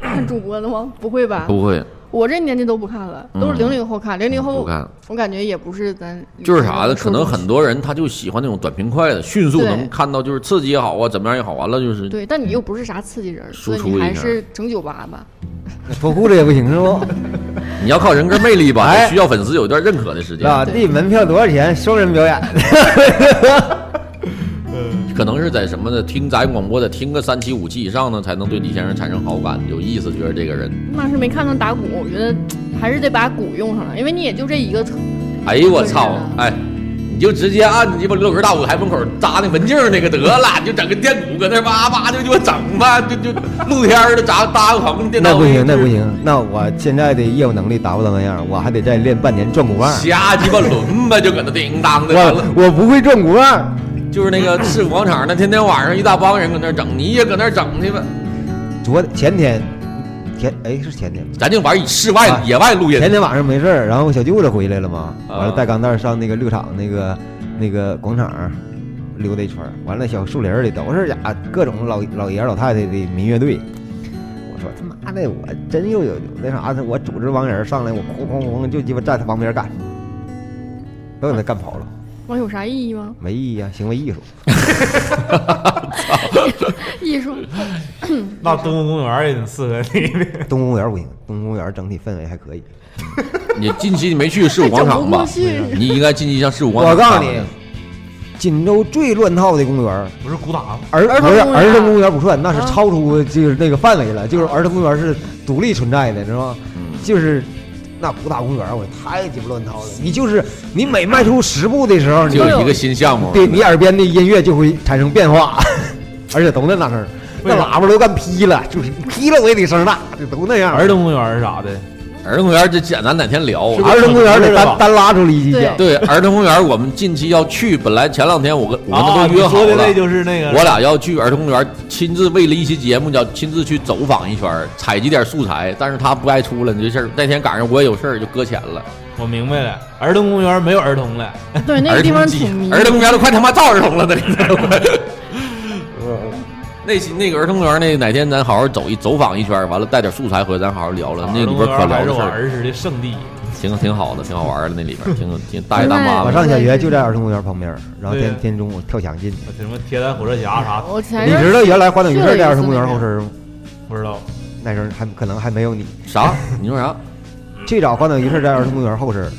Speaker 4: 看主播的吗？不会吧？
Speaker 1: 不会
Speaker 4: 我这年纪都不看了，都
Speaker 1: 嗯
Speaker 4: 是零零后看，零零
Speaker 1: 不
Speaker 4: 后
Speaker 1: 看，
Speaker 4: 我感觉也不是咱
Speaker 3: 嗯
Speaker 1: 就是啥呢？可能
Speaker 4: 受众
Speaker 1: 很多人他就喜欢那种短平快的，迅速
Speaker 4: 对
Speaker 1: 能看到就是刺激也好啊，怎么样也好，完了就是
Speaker 4: 对，但你又不是啥刺激人，
Speaker 1: 输
Speaker 4: 所以你
Speaker 1: 出一
Speaker 4: 还
Speaker 1: 下
Speaker 4: 是整酒吧吧。
Speaker 3: 脱裤子也不行是不？
Speaker 1: 你要靠人格魅力 吧，
Speaker 3: 哎
Speaker 1: 需要粉丝有一段认可的时间，
Speaker 3: 啊，这门票多少钱？双人表演，
Speaker 1: 可能是在什么的听咱广播的听个三期五期以上呢，才能对李先生产生好感，有意思，觉得这个人。
Speaker 4: 那是没看上打鼓，我觉得还是得把鼓用上了，因为你也就这一个特。
Speaker 1: 哎呦我操！哎，你就直接按你鸡巴刘老根大舞台门口扎那文静儿那个得了，你就整个电鼓搁那叭叭就鸡巴整吧，就就露天儿的扎搭个棚电
Speaker 3: 那
Speaker 1: 脑
Speaker 3: 不行，那不行，那我现在的业务能力达不到那样，我还得再练半年转鼓棒。
Speaker 1: 瞎鸡巴抡吧，就搁那叮当的，完了
Speaker 3: 我我不会转鼓棒，
Speaker 1: 就是那个赤府广场那，天天晚上一大帮人搁那儿整，你也搁那儿整去吧。
Speaker 3: 昨前天，前哎是前天吧，
Speaker 1: 咱就玩以室外、
Speaker 3: 啊
Speaker 1: 野外录音
Speaker 3: 前，天晚上没事儿，然后我小舅子回来了嘛，
Speaker 1: 啊
Speaker 3: 完了带钢蛋儿上那个六厂那个那个广场溜达一圈儿，完了小树林儿里都是家各种老老爷儿老太太的民乐队。我说他妈的，我真又有那啥，我组织帮人上来，我哐哐哐就鸡巴站他旁边干，都给他干跑了，
Speaker 4: 我有啥意义吗？
Speaker 3: 没意义啊，行为艺术。
Speaker 4: 艺术，
Speaker 2: 那东吴公园也挺适合 你的。
Speaker 3: 东公园不行，东公园整体氛围还可以。
Speaker 1: 你近期没去市府
Speaker 4: 这
Speaker 1: 广
Speaker 4: 整
Speaker 1: 场
Speaker 4: 不过
Speaker 1: 吧？
Speaker 4: 去。
Speaker 1: 你应该近期向市府广场。
Speaker 3: 我告诉你，，锦州最乱套的公园儿，
Speaker 2: 不是鼓打吗？
Speaker 3: 儿
Speaker 4: 儿童
Speaker 3: 不是
Speaker 4: 公园
Speaker 3: 儿童公园不算，那是
Speaker 4: 啊
Speaker 3: 超出就是那个范围了，就是儿童公园是独立存在的，知道吗？
Speaker 1: 嗯
Speaker 3: 就是那古打公园，我太鸡巴乱套了。你就是你每迈出十步的时候，你
Speaker 1: 就有一个新项目，
Speaker 3: 对你耳边的音乐就会产生变化， 而且都那那声儿，那
Speaker 2: 为啥
Speaker 3: 喇叭都干劈了，就是劈了我也得声大，这都那样。
Speaker 2: 儿童公园是啥的？
Speaker 1: 儿童公园这简咱哪天聊？啊
Speaker 2: 是不是
Speaker 3: 儿童公园得
Speaker 2: 是吧
Speaker 3: 单单拉出一级
Speaker 4: 对
Speaker 3: 讲，
Speaker 1: 对儿童公园，我们近期要去。本来前两天我跟我们
Speaker 2: 啊，
Speaker 1: 都
Speaker 2: 你
Speaker 1: 约好
Speaker 2: 说的
Speaker 1: 了
Speaker 2: 那，就是那个。
Speaker 1: 我俩要去儿童公园，亲自为了一期节目，要亲自去走访一圈儿，采集点素材。但是他不爱出了，你这事儿那天赶上我也有事儿，就搁浅了。
Speaker 2: 我明白了，儿童公园没有儿童了。
Speaker 4: 对，那
Speaker 1: 儿
Speaker 4: 个地
Speaker 1: 童
Speaker 4: 方
Speaker 1: 季
Speaker 4: 挺迷。
Speaker 1: 儿童公园都快他妈造儿童了，那 里。那期那个儿童公园，那哪天咱好好走一走访一圈儿，完了带点素材回来，咱好好聊聊。那
Speaker 2: 儿
Speaker 1: 里
Speaker 2: 童
Speaker 1: 边
Speaker 2: 公
Speaker 1: 可
Speaker 2: 园
Speaker 1: 聊
Speaker 2: 还是
Speaker 1: 的
Speaker 2: 我
Speaker 1: 事儿，
Speaker 2: 儿时的圣地。
Speaker 1: 挺挺好的，挺好玩儿的。那里边挺挺大爷大妈
Speaker 3: 我
Speaker 1: 们。
Speaker 3: 啊上小学就在儿童公园旁边儿，然后
Speaker 2: 对
Speaker 3: 天天中午跳墙进去。
Speaker 2: 我什么铁胆火车侠啥
Speaker 4: 我前
Speaker 3: 你
Speaker 4: 阵
Speaker 3: 知
Speaker 4: 儿
Speaker 3: 道原来花等鱼
Speaker 4: 去
Speaker 3: 市
Speaker 4: 了
Speaker 3: 在
Speaker 4: 一
Speaker 3: 儿
Speaker 4: 次
Speaker 3: 童公园
Speaker 4: 那
Speaker 3: 后
Speaker 4: 边
Speaker 3: 身吗？
Speaker 2: 不知道，
Speaker 3: 那时候还可能还没有你。
Speaker 1: 啥？你说啥？
Speaker 3: 最早花鸟鱼市在儿童公园后身儿，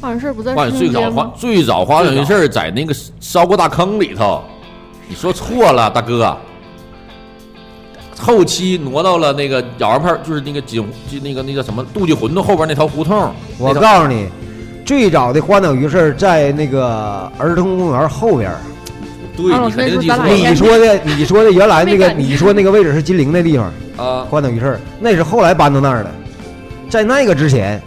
Speaker 4: 花园事儿不在
Speaker 1: 花园
Speaker 4: 市
Speaker 1: 最
Speaker 4: 中
Speaker 1: 早
Speaker 4: 间
Speaker 1: 花
Speaker 4: 吗？
Speaker 1: 最早花园事儿在那个烧锅大坑里头，你说错了，大哥。后期挪到了那个咬羊炮，就是那个锦就那个那叫什么杜记馄饨后边那条胡同。
Speaker 3: 我
Speaker 1: 那条
Speaker 3: 告诉你，最早的花鸟鱼市儿在那个儿童公园后边儿。
Speaker 1: 对，
Speaker 4: 啊老
Speaker 1: 你
Speaker 4: 师
Speaker 1: 肯定记
Speaker 4: 那
Speaker 1: 错
Speaker 4: 时候咱俩
Speaker 1: 了
Speaker 4: 也
Speaker 3: 你说的，你说的原来那
Speaker 4: 没
Speaker 3: 个，
Speaker 4: 感觉
Speaker 3: 你说那个位置是金陵那地方，
Speaker 1: 啊，
Speaker 3: 花鸟鱼市儿，那是后来搬到那儿的。在那个之前，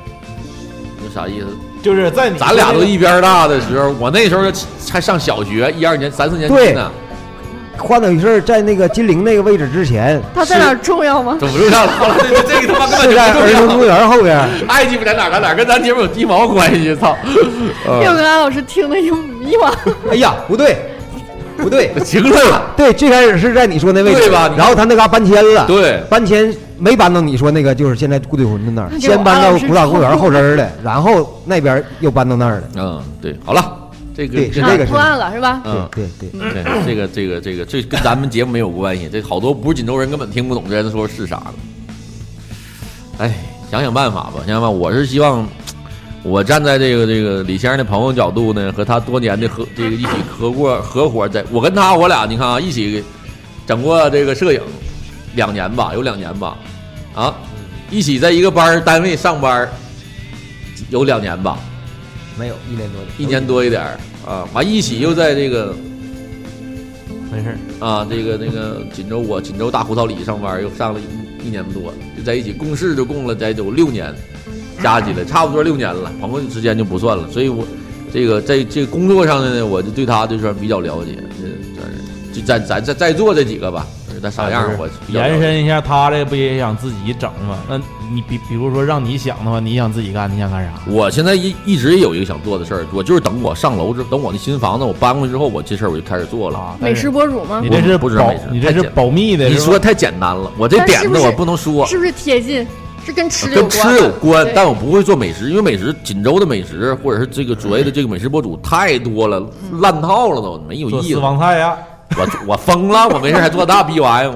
Speaker 1: 这啥意思？
Speaker 2: 就是在你
Speaker 1: 咱俩都一边大的时候，我那时候才上小学，一二年、三四年级呢，
Speaker 3: 花鸟鱼市儿在那个金陵那个位置之前，
Speaker 4: 它在哪儿重要吗？
Speaker 1: 怎么重要了？后来这这个他妈根
Speaker 3: 是在
Speaker 1: 本就
Speaker 3: 儿
Speaker 1: 不
Speaker 3: 童
Speaker 1: 重
Speaker 3: 公
Speaker 1: 要。
Speaker 3: 园后边儿。
Speaker 1: 爱鸡巴在哪儿咱哪儿跟咱节目有鸡毛关系？ 操！呃
Speaker 4: 这我跟安老师听的就迷茫。
Speaker 3: 哎呀，不对，不对，
Speaker 1: 行了，
Speaker 3: 对，最开始是在你说那位置
Speaker 1: 对吧
Speaker 3: 然后他那嘎搬迁了，
Speaker 1: 对
Speaker 3: 搬迁没搬到你说那个，就是现在部队馄饨那儿，
Speaker 4: 那给我
Speaker 3: 先搬
Speaker 4: 安
Speaker 3: 到
Speaker 4: 老师
Speaker 3: 古老公
Speaker 4: 抄
Speaker 3: 园后身儿的，然后那边又搬到那儿了。
Speaker 1: 嗯，对，好了，这个
Speaker 3: 对
Speaker 1: 这
Speaker 3: 是 这
Speaker 1: 个
Speaker 3: 个是
Speaker 4: 破啊案了是吧？
Speaker 1: 嗯。
Speaker 3: 对对对，
Speaker 1: 对，这个这个这个，这跟咱们节目没有关系。这好多不是锦州人根本听不懂这人说是啥的。哎，想想办法吧，想想办法。我是希望，我站在这个这个李先生的朋友角度呢，和他多年的合这个一起合过合伙在，我跟他我俩你看啊，一起整过这个摄影两年吧，有两年吧，啊，一起在一个班儿单位上班儿有两年吧，
Speaker 3: 没有一年多，
Speaker 1: 一年多一点儿啊，完一起又在这个。
Speaker 2: 没事儿。
Speaker 1: 啊，这个那个锦州，我锦州大胡桃里上班又上了一一年多，就在一起共事就共了，在有六年，加起来差不多六年了，朋友之间就不算了。所以我这个在这个工作上呢，我就对他就算比较了解，嗯这这咱咱在在座这几个吧，咱啥样我比较了解
Speaker 2: 啊延伸一下，他这不也想自己整吗？那你比比如说让你想的话，你想自己干，你想干啥？
Speaker 1: 我现在一一直也有一个想做的事儿，我就是等我上楼之等我那新房子我搬过去之后，我这事儿我就开始做了。
Speaker 2: 啊，
Speaker 3: 哎
Speaker 4: 美食博主吗
Speaker 2: 你？这是
Speaker 1: 我不知道
Speaker 2: 保
Speaker 1: 美食，
Speaker 2: 你这
Speaker 1: 太
Speaker 2: 是
Speaker 1: 简单
Speaker 2: 保密的。
Speaker 1: 你
Speaker 2: 是吧
Speaker 1: 说太简单了，我这
Speaker 4: 但
Speaker 1: 点
Speaker 4: 是不
Speaker 1: 子我
Speaker 4: 是
Speaker 1: 不能说。
Speaker 4: 是不是贴近？是跟吃的有
Speaker 1: 跟
Speaker 4: 关
Speaker 1: 吃
Speaker 4: 的？
Speaker 1: 有关
Speaker 4: 对，
Speaker 1: 但我不会做美食，因为美食锦州的美食或者是这个所谓的这个美食博
Speaker 4: 嗯
Speaker 1: 主太多了，烂套了都，没有
Speaker 2: 做
Speaker 1: 意
Speaker 2: 私
Speaker 1: 思。嗯
Speaker 2: 房菜呀？
Speaker 1: 我我疯了，我没事还做 大逼玩意儿，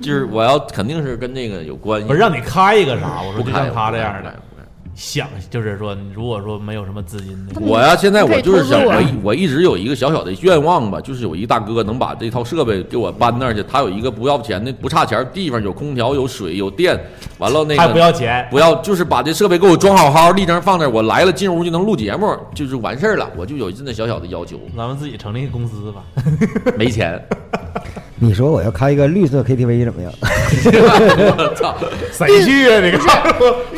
Speaker 1: 就是我要肯定是跟那个有关系。
Speaker 2: 不是让你开一个啥？我说
Speaker 1: 不
Speaker 2: 就
Speaker 1: 开
Speaker 2: 像他这样，
Speaker 1: 不开，不
Speaker 2: 的
Speaker 1: 开
Speaker 2: 想就是说，你如果说没有什么资金的，
Speaker 1: 我呀，现在我就是想，
Speaker 4: 你可以
Speaker 1: 我
Speaker 4: 投资啊
Speaker 1: 一我一直有一个小小的愿望吧，就是有一大哥能把这套设备给我搬那儿去，他有一个不要钱的、不差钱的地方，有空调、有水、有电，完了那
Speaker 2: 还不
Speaker 1: 个。
Speaker 2: 要钱，
Speaker 1: 不要，就是把这设备给我装好好，立正放那儿，我来了进屋就能录节目，就是完事儿了。我就有这么小小的要求，
Speaker 2: 咱们自己成立公司 吧。
Speaker 1: 没钱，
Speaker 3: 你说我要开一个绿色 KTV 怎么样？
Speaker 1: 我操！
Speaker 2: 谁去啊？你看，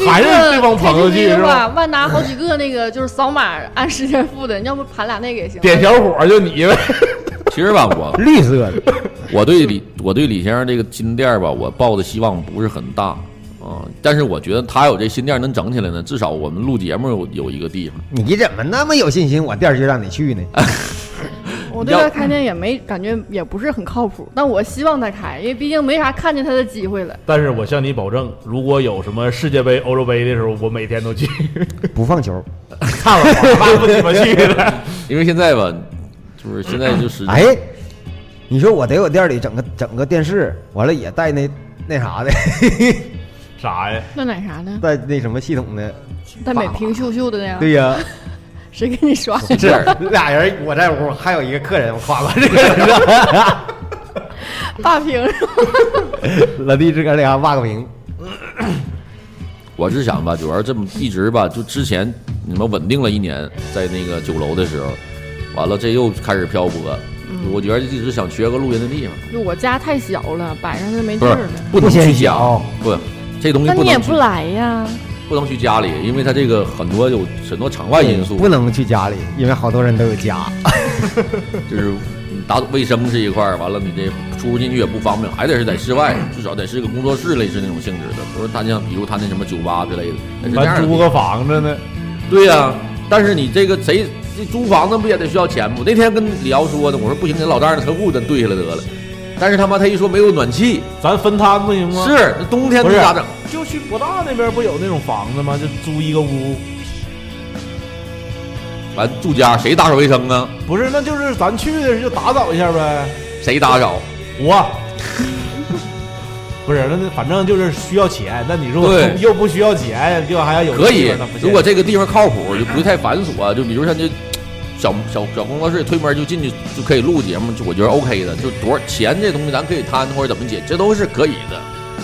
Speaker 2: 还是对方朋友去
Speaker 4: 绿色 KTV
Speaker 2: 是
Speaker 4: 的话
Speaker 2: 吧？
Speaker 4: 万达好几个那个就是扫码按时间付的，你要不盘俩那个也行。
Speaker 2: 点小火就你呗。
Speaker 1: 其实吧，我
Speaker 3: 绿色的，
Speaker 1: 我对李我对李先生这个新店儿吧，我抱的希望不是很大啊、但是我觉得他有这新店儿能整起来呢，至少我们录节目有有一个地方。
Speaker 3: 你怎么那么有信心？我店儿就让你去呢？
Speaker 1: 啊
Speaker 4: 我对他开店也没感觉，也不是很靠谱。但我希望他开，因为毕竟没啥看见他的机会了。
Speaker 2: 但是我向你保证，如果有什么世界杯、欧洲杯的时候，我每天 都去
Speaker 3: 不放球。
Speaker 2: 看我，我爸不怎么去的。
Speaker 1: 因为现在吧，就是现在就是
Speaker 3: 哎，你说我得我店里整个整个电视，完了也带那那啥的，
Speaker 2: 啥呀？
Speaker 4: 那奶啥呢？
Speaker 3: 带那什么系统的？
Speaker 4: 但每瓶秀秀的那样，
Speaker 3: 对呀、
Speaker 4: 谁给 你刷？
Speaker 1: 这样儿，
Speaker 3: 俩人我在屋，还有一个客人，我夸夸 这个人，
Speaker 4: 大瓶。
Speaker 3: 老弟这哥俩挖个屏，
Speaker 1: 我是想吧，主要这么一直吧，就之前你们稳定了一年，在那个酒楼的时候，完了这又开始漂泊，我觉得一直想缺个录音的地方。
Speaker 4: 就我家太小了，摆上它没地
Speaker 1: 不是
Speaker 4: 儿了。
Speaker 1: 不能
Speaker 3: 不
Speaker 1: 去
Speaker 3: 嫌
Speaker 1: 家
Speaker 3: 小，
Speaker 1: 不，这东西
Speaker 4: 那
Speaker 1: 不
Speaker 4: 你也
Speaker 1: 能去
Speaker 4: 不来呀？
Speaker 1: 不能去家里，因为它这个很多有很多场外因素，
Speaker 3: 不能去家里，因为好多人都有家。
Speaker 1: 就是你打扫卫生是一块儿，完了你这出入进去也不方便，还得是在室外，至少得是个工作室类似那种性质的，不是他像比如他那什么酒吧之类的，那是这
Speaker 2: 咱
Speaker 1: 样
Speaker 2: 租
Speaker 1: 的。
Speaker 2: 个房子呢？
Speaker 1: 对呀、但是你这个谁这租房子不也得需要钱吗？我那天跟李瑶说的，我说不行，给老丈人的车库咱兑下来得了。但是他妈他一说没有暖气，
Speaker 2: 咱分摊不行吗？
Speaker 1: 是那冬天
Speaker 2: 不
Speaker 1: 那
Speaker 2: 是
Speaker 1: 咋整？
Speaker 2: 就去博大那边不有那种房子吗？就租一个屋，
Speaker 1: 完住家谁打扫卫生啊？
Speaker 2: 不是，那就是咱去的时候就打扫一下呗。
Speaker 1: 谁打扫？
Speaker 2: 我， 不是，那那反正就是需要钱。那你如果
Speaker 1: 对
Speaker 2: 又不需要钱，就还要有
Speaker 1: 可以
Speaker 2: 地方那不，行
Speaker 1: 如果这个地方靠谱，就不太繁琐，就比如像这小小小工作室，推门就进去就可以录节目，就我觉得 OK 的。就多少钱这东西，咱可以摊或者怎么解，这都是可以的。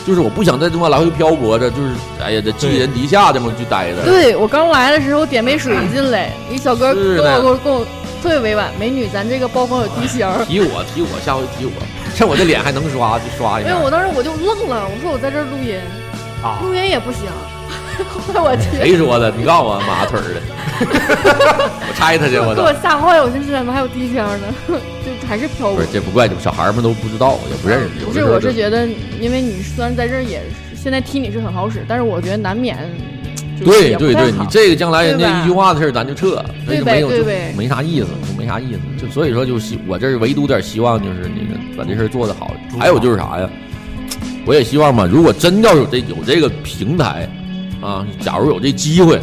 Speaker 1: 就是我不想在这么来回漂泊着，就是哎呀，这寄人篱下这么去待着。
Speaker 4: 对我刚来的时候点杯水进来，一小哥
Speaker 1: 是
Speaker 4: 跟
Speaker 1: 的哎
Speaker 4: 我跟我跟我特别委婉，美女，咱这个包房有低消 儿。
Speaker 1: 提我提我，下回提我，趁我这脸还能刷就刷一
Speaker 4: 因
Speaker 1: 下
Speaker 4: 为。我当时我就愣了，我说我在这儿录音，
Speaker 2: 啊，
Speaker 4: 录音也不行。 后来我去，
Speaker 1: 谁说的？你告诉我马腿儿的， 我拆他去，我
Speaker 4: 给
Speaker 1: 操
Speaker 4: 我！吓坏了，我寻思怎么还有低消呢？ 就还是飘
Speaker 1: 不
Speaker 4: 过
Speaker 1: 是，。这不怪你们小孩儿们都不知道，也不认识。有的
Speaker 4: 不是，
Speaker 1: 时候
Speaker 4: 我
Speaker 1: 就是
Speaker 4: 觉得，因为你虽然在这儿也是现在踢你是很好使，但是我觉得难免就是
Speaker 1: 对
Speaker 4: 也不
Speaker 1: 对
Speaker 4: 太
Speaker 1: 对，
Speaker 4: 好
Speaker 1: 你这个将来人
Speaker 4: 对吧
Speaker 1: 家一句话的事儿，咱就撤，所以就
Speaker 4: 对呗
Speaker 1: 没有就
Speaker 4: 对呗
Speaker 1: 没啥意思，就没啥意思。就所以说，就是我这儿唯独点希望就是那个把这事儿做得好。还有就是啥呀？我也希望嘛，如果真要有这有这个平台啊，假如有这机会，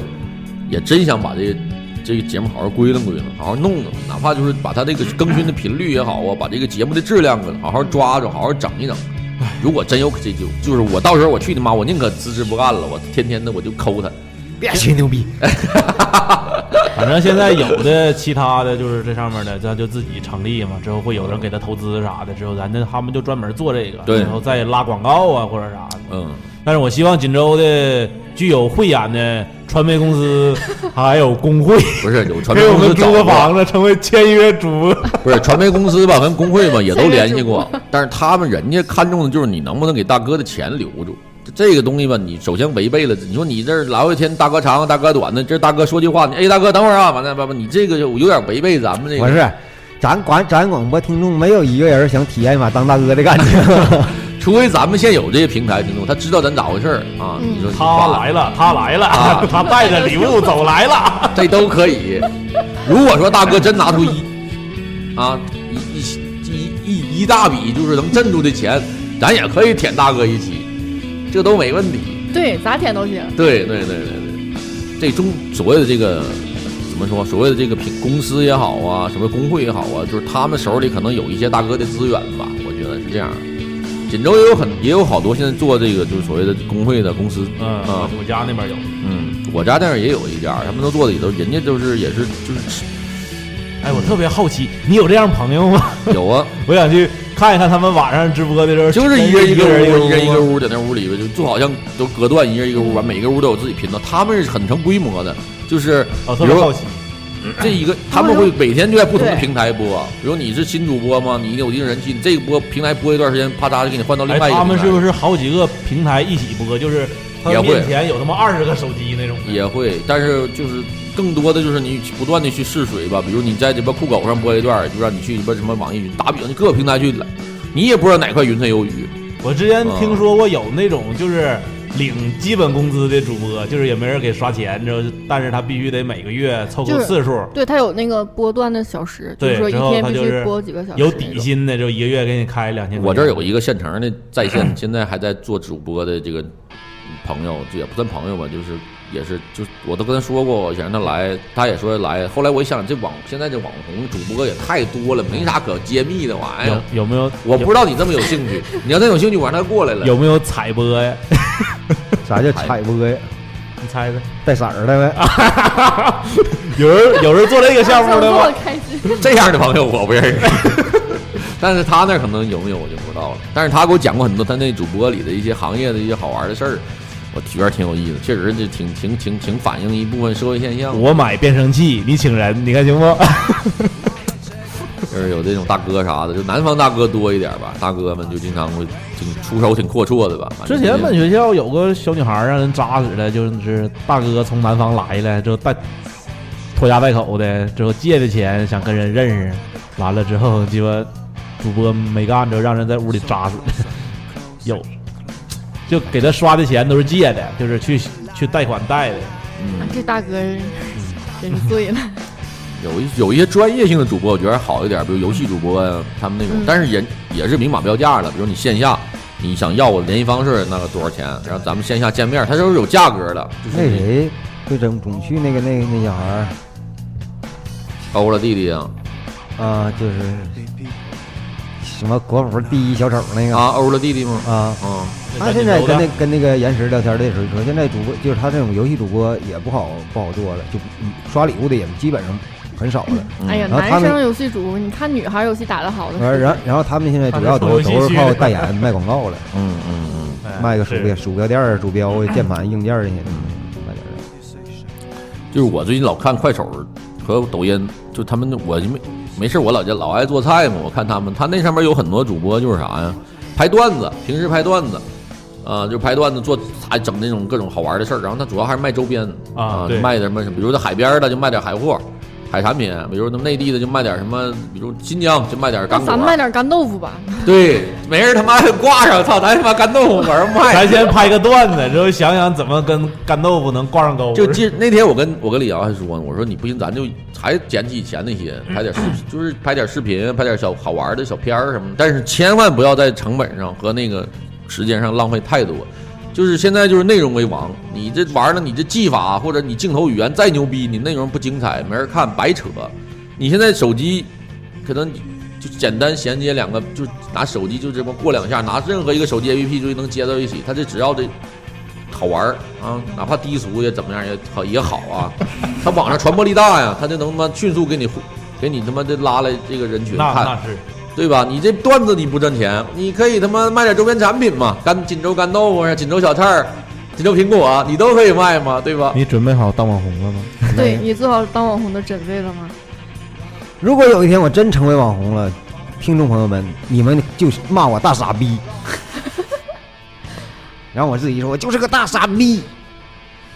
Speaker 1: 也真想把这这个节目好好归拢归拢，好好弄弄，哪怕就是把它这个更新的频率也好啊，把这个节目的质量啊，好好抓住，好好整一整。如果真有这就就是我到时候我去你妈，我宁可辞职不干了，我天天的我就抠他。
Speaker 3: 别吹牛逼，
Speaker 2: 反正现在有的其他的就是这上面的，咱就自己成立嘛，之后会有人给他投资啥的，之后咱这他们就专门做这个，
Speaker 1: 对
Speaker 2: 然后再拉广告啊或者啥的。
Speaker 1: 嗯，
Speaker 2: 但是我希望锦州的具有慧眼的传媒 公司还有工会
Speaker 1: 不是有传媒
Speaker 2: 给我
Speaker 1: 公司
Speaker 2: 们
Speaker 1: 找
Speaker 2: 租个
Speaker 1: 过
Speaker 2: 房子，成为签约 主播。
Speaker 1: 不是传媒公司吧，跟工会吧也都联系过
Speaker 4: 签约主，
Speaker 1: 但是他们人家看中的就是你能不能给大哥的钱留住。这个东西吧，你首先违背了。你说你这儿老有一天大哥长大哥短的，这大哥说句话，你哎大哥等会儿啊，完了完了，你这个有点违背咱们这
Speaker 3: 不
Speaker 1: 个。
Speaker 3: 是，咱广咱广播听众没有一个人想体验一把当大哥的感觉。
Speaker 1: 除非咱们现有这些平台听众，他知道咱咋回事儿啊。
Speaker 4: 嗯
Speaker 1: 你说
Speaker 2: 他来 了，他来
Speaker 1: 啊
Speaker 2: 了，他带着礼物走来了。
Speaker 1: 这都可以。如果说大哥真拿出一啊一一一一一大笔就是能镇住的钱，咱也可以舔大哥一期，这都没问题。
Speaker 4: 对，咋舔都行。
Speaker 1: 对对对对对，这中所谓的这个怎么说？所谓的这个平公司也好啊，什么工会也好啊，就是他们手里可能有一些大哥的资源吧，我觉得是这样。锦州也有很也有好多现在做这个就是所谓的工会的公司，
Speaker 2: 嗯，
Speaker 1: 啊
Speaker 2: 我我家那边有，
Speaker 1: 嗯，我家那儿也有一家，他们都做的也都人家就是也是就是
Speaker 2: 哎，我特别好奇，你有这样朋友吗？
Speaker 1: 有啊，
Speaker 2: 我想去看一看他们晚上直播的时候，
Speaker 1: 就是一
Speaker 2: 一
Speaker 1: 人一
Speaker 2: 一
Speaker 1: 个
Speaker 2: 人
Speaker 1: 屋，一人一个
Speaker 2: 屋吗。
Speaker 1: 屋，在那屋里边就就好像都隔断，一人一个屋吧，每个屋都有自己频道，他们是很成规模的，就是比
Speaker 2: 哦，特别
Speaker 1: 如
Speaker 2: 好
Speaker 1: 说
Speaker 2: 奇。
Speaker 1: 这一个嗯他们会每天就在不同的平台播，比如你是新主播吗？你有一定人气，你这个播平台播一段时间，啪嚓就给你换到另
Speaker 2: 哎，
Speaker 1: 外一个
Speaker 2: 他
Speaker 1: 平
Speaker 2: 们
Speaker 1: 台，
Speaker 2: 是不是好几个平台一起播？就是他
Speaker 1: 也
Speaker 2: 们
Speaker 1: 会嗯
Speaker 2: 面前有他妈二十个手机那种的。
Speaker 1: 也会，但是就是更多的就是你不断的去试水吧，比如你在这边酷狗上播一段，就让你去什么什么网易云，打比方，你各个平台去，你也不知道哪块云彩有雨，
Speaker 2: 我之前听说过有那种就是领基本工资的主播，就是也没人给刷钱，之后就但是他必须得每个月凑够
Speaker 4: 就是
Speaker 2: 次数，
Speaker 4: 对，它有那个波段的小时，就是
Speaker 2: 对
Speaker 4: 说一
Speaker 2: 之后
Speaker 4: 天
Speaker 2: 它
Speaker 4: 必
Speaker 2: 就
Speaker 4: 须
Speaker 2: 是
Speaker 4: 播几个小时那
Speaker 2: 有
Speaker 4: 种。
Speaker 2: 底 薪的，就一个月给你开两千。
Speaker 1: 我这儿有一个现成的在 线，现在还在做主播的这个朋友，这也不算朋友吧，就是也是就我都跟他说过，我想让他来，他也说来。后来我一想，这网现在这网红主播也太多了，没啥可揭秘的玩意儿
Speaker 2: 有。有没有？
Speaker 1: 我不知道你这么有兴 趣，你要真有兴趣，我让他过来了。
Speaker 2: 有没有采播呀？
Speaker 3: 啥叫彩播呀？
Speaker 2: 你猜猜，
Speaker 3: 带色儿的
Speaker 1: 啊
Speaker 3: 呗。
Speaker 2: 有人有人做这个项
Speaker 4: 想
Speaker 2: 目的
Speaker 4: 做
Speaker 2: 吗
Speaker 4: 我？开 心。
Speaker 1: 这样的朋友我不认识， 但是他那儿可能有没有我就不知道了。但是他给我讲过很多他那主播里的一些行业的一些好玩的事儿，我觉得挺有意思，确实是挺挺挺挺反映一部分社会现象。
Speaker 2: 我买变声器，你请人，你看行 不？
Speaker 1: 就是有这种大哥啥的，就南方大哥多一点吧，大哥们就经常会挺出手挺阔绰的吧。反正
Speaker 2: 之前
Speaker 1: 就
Speaker 2: 本学校有个小女孩儿让人扎死了，就是大哥从南方来了，之后带拖家带口的，之后借的钱想跟人认识，完了之后鸡巴主播没干，之后让人在屋里扎死了，有，就给他刷的钱都是借的，就是去去贷款贷的，
Speaker 1: 嗯，
Speaker 4: 啊这大哥
Speaker 2: 嗯
Speaker 4: 真是醉了，
Speaker 1: 有一有一些专业性的主播，我觉得好一点，比如游戏主播啊，他们那种，
Speaker 4: 嗯
Speaker 1: 但是也也是明码标价的，比如你线下。你想要我联系方式，那个多少钱？然后咱们线下见面，他都是有价格的，就是
Speaker 3: 那
Speaker 2: 哎
Speaker 1: 你
Speaker 3: 谁，哎就总总去那个那那小孩
Speaker 1: 高了弟弟啊，
Speaker 3: 儿啊，就是什么国服第一小丑
Speaker 2: 哎
Speaker 3: 那个
Speaker 1: 啊，欧了弟弟吗？
Speaker 3: 啊。
Speaker 1: 啊，
Speaker 3: 他现在跟那跟那个岩石聊天的时候说，现在主播就是他这种游戏主播也不好不好做了，就嗯刷礼物的也基本上很少了。
Speaker 1: 嗯
Speaker 4: 哎呀，
Speaker 3: 然后他
Speaker 4: 男
Speaker 3: 们
Speaker 4: 生游戏主播，你看女孩游戏打得好的，
Speaker 3: 完，然然后他们现在主要都都是靠代言卖广告 了，
Speaker 1: 嗯嗯嗯，
Speaker 2: 哎
Speaker 3: 卖个鼠 标鼠标垫儿、鼠 标、键盘、硬件儿这些东西，卖点儿。
Speaker 1: 就是我最近老看快手和抖音，就他们我就没没事，我老家老爱做菜嘛，我看他们，他那上面有很多主播就是啥呀，拍段子，平时拍段子。啊、 就拍段子做，还整那种各种好玩的事儿。然后他主要还是卖周边
Speaker 2: 啊对
Speaker 1: 就卖点什么，比如在海边的就卖点海货、海产品，比如那么内地的就卖点什么，比如新疆就卖点干啊果。
Speaker 4: 那咱卖点干豆 腐吧，
Speaker 1: 对，没人他妈挂上，操，咱他妈干豆腐玩儿 卖。
Speaker 2: 咱先拍个段子，之后想想怎么跟干豆腐能挂上钩。
Speaker 1: 就今那天我跟我跟李阳还说呢，我说你不行，咱就还捡起以前那些，拍点视，就是拍点视频，拍点小好玩的小片儿什么的，但是千万不要在成本上和那个时间上浪费太多。就是现在就是内容为王，你这玩了，你这技法或者你镜头语言再牛逼，你内容不精彩，没人看，白扯。你现在手机可能就简单衔接两个，就拿手机就这么过两下，拿任何一个手机 APP 就能接到一起，它这只要这好玩儿啊，哪怕低俗也怎么样也好也好 啊，它网上传播力大呀，它就能他妈迅速给你给你他妈的拉来这个人群
Speaker 2: 那
Speaker 1: 看。
Speaker 2: 那是
Speaker 1: 对吧？你这段子你不赚钱，你可以他妈卖点周边产品嘛，干锦州干豆腐啊，锦州小菜儿，锦州苹果、啊你都可以卖嘛，对吧？
Speaker 5: 你准备好当网红了吗？
Speaker 4: 对你做好当网红的准备了吗？
Speaker 3: 如果有一天我真成为网红了，听众朋友们，你们就是骂我大傻 逼，然后我自己说我就是个大傻逼，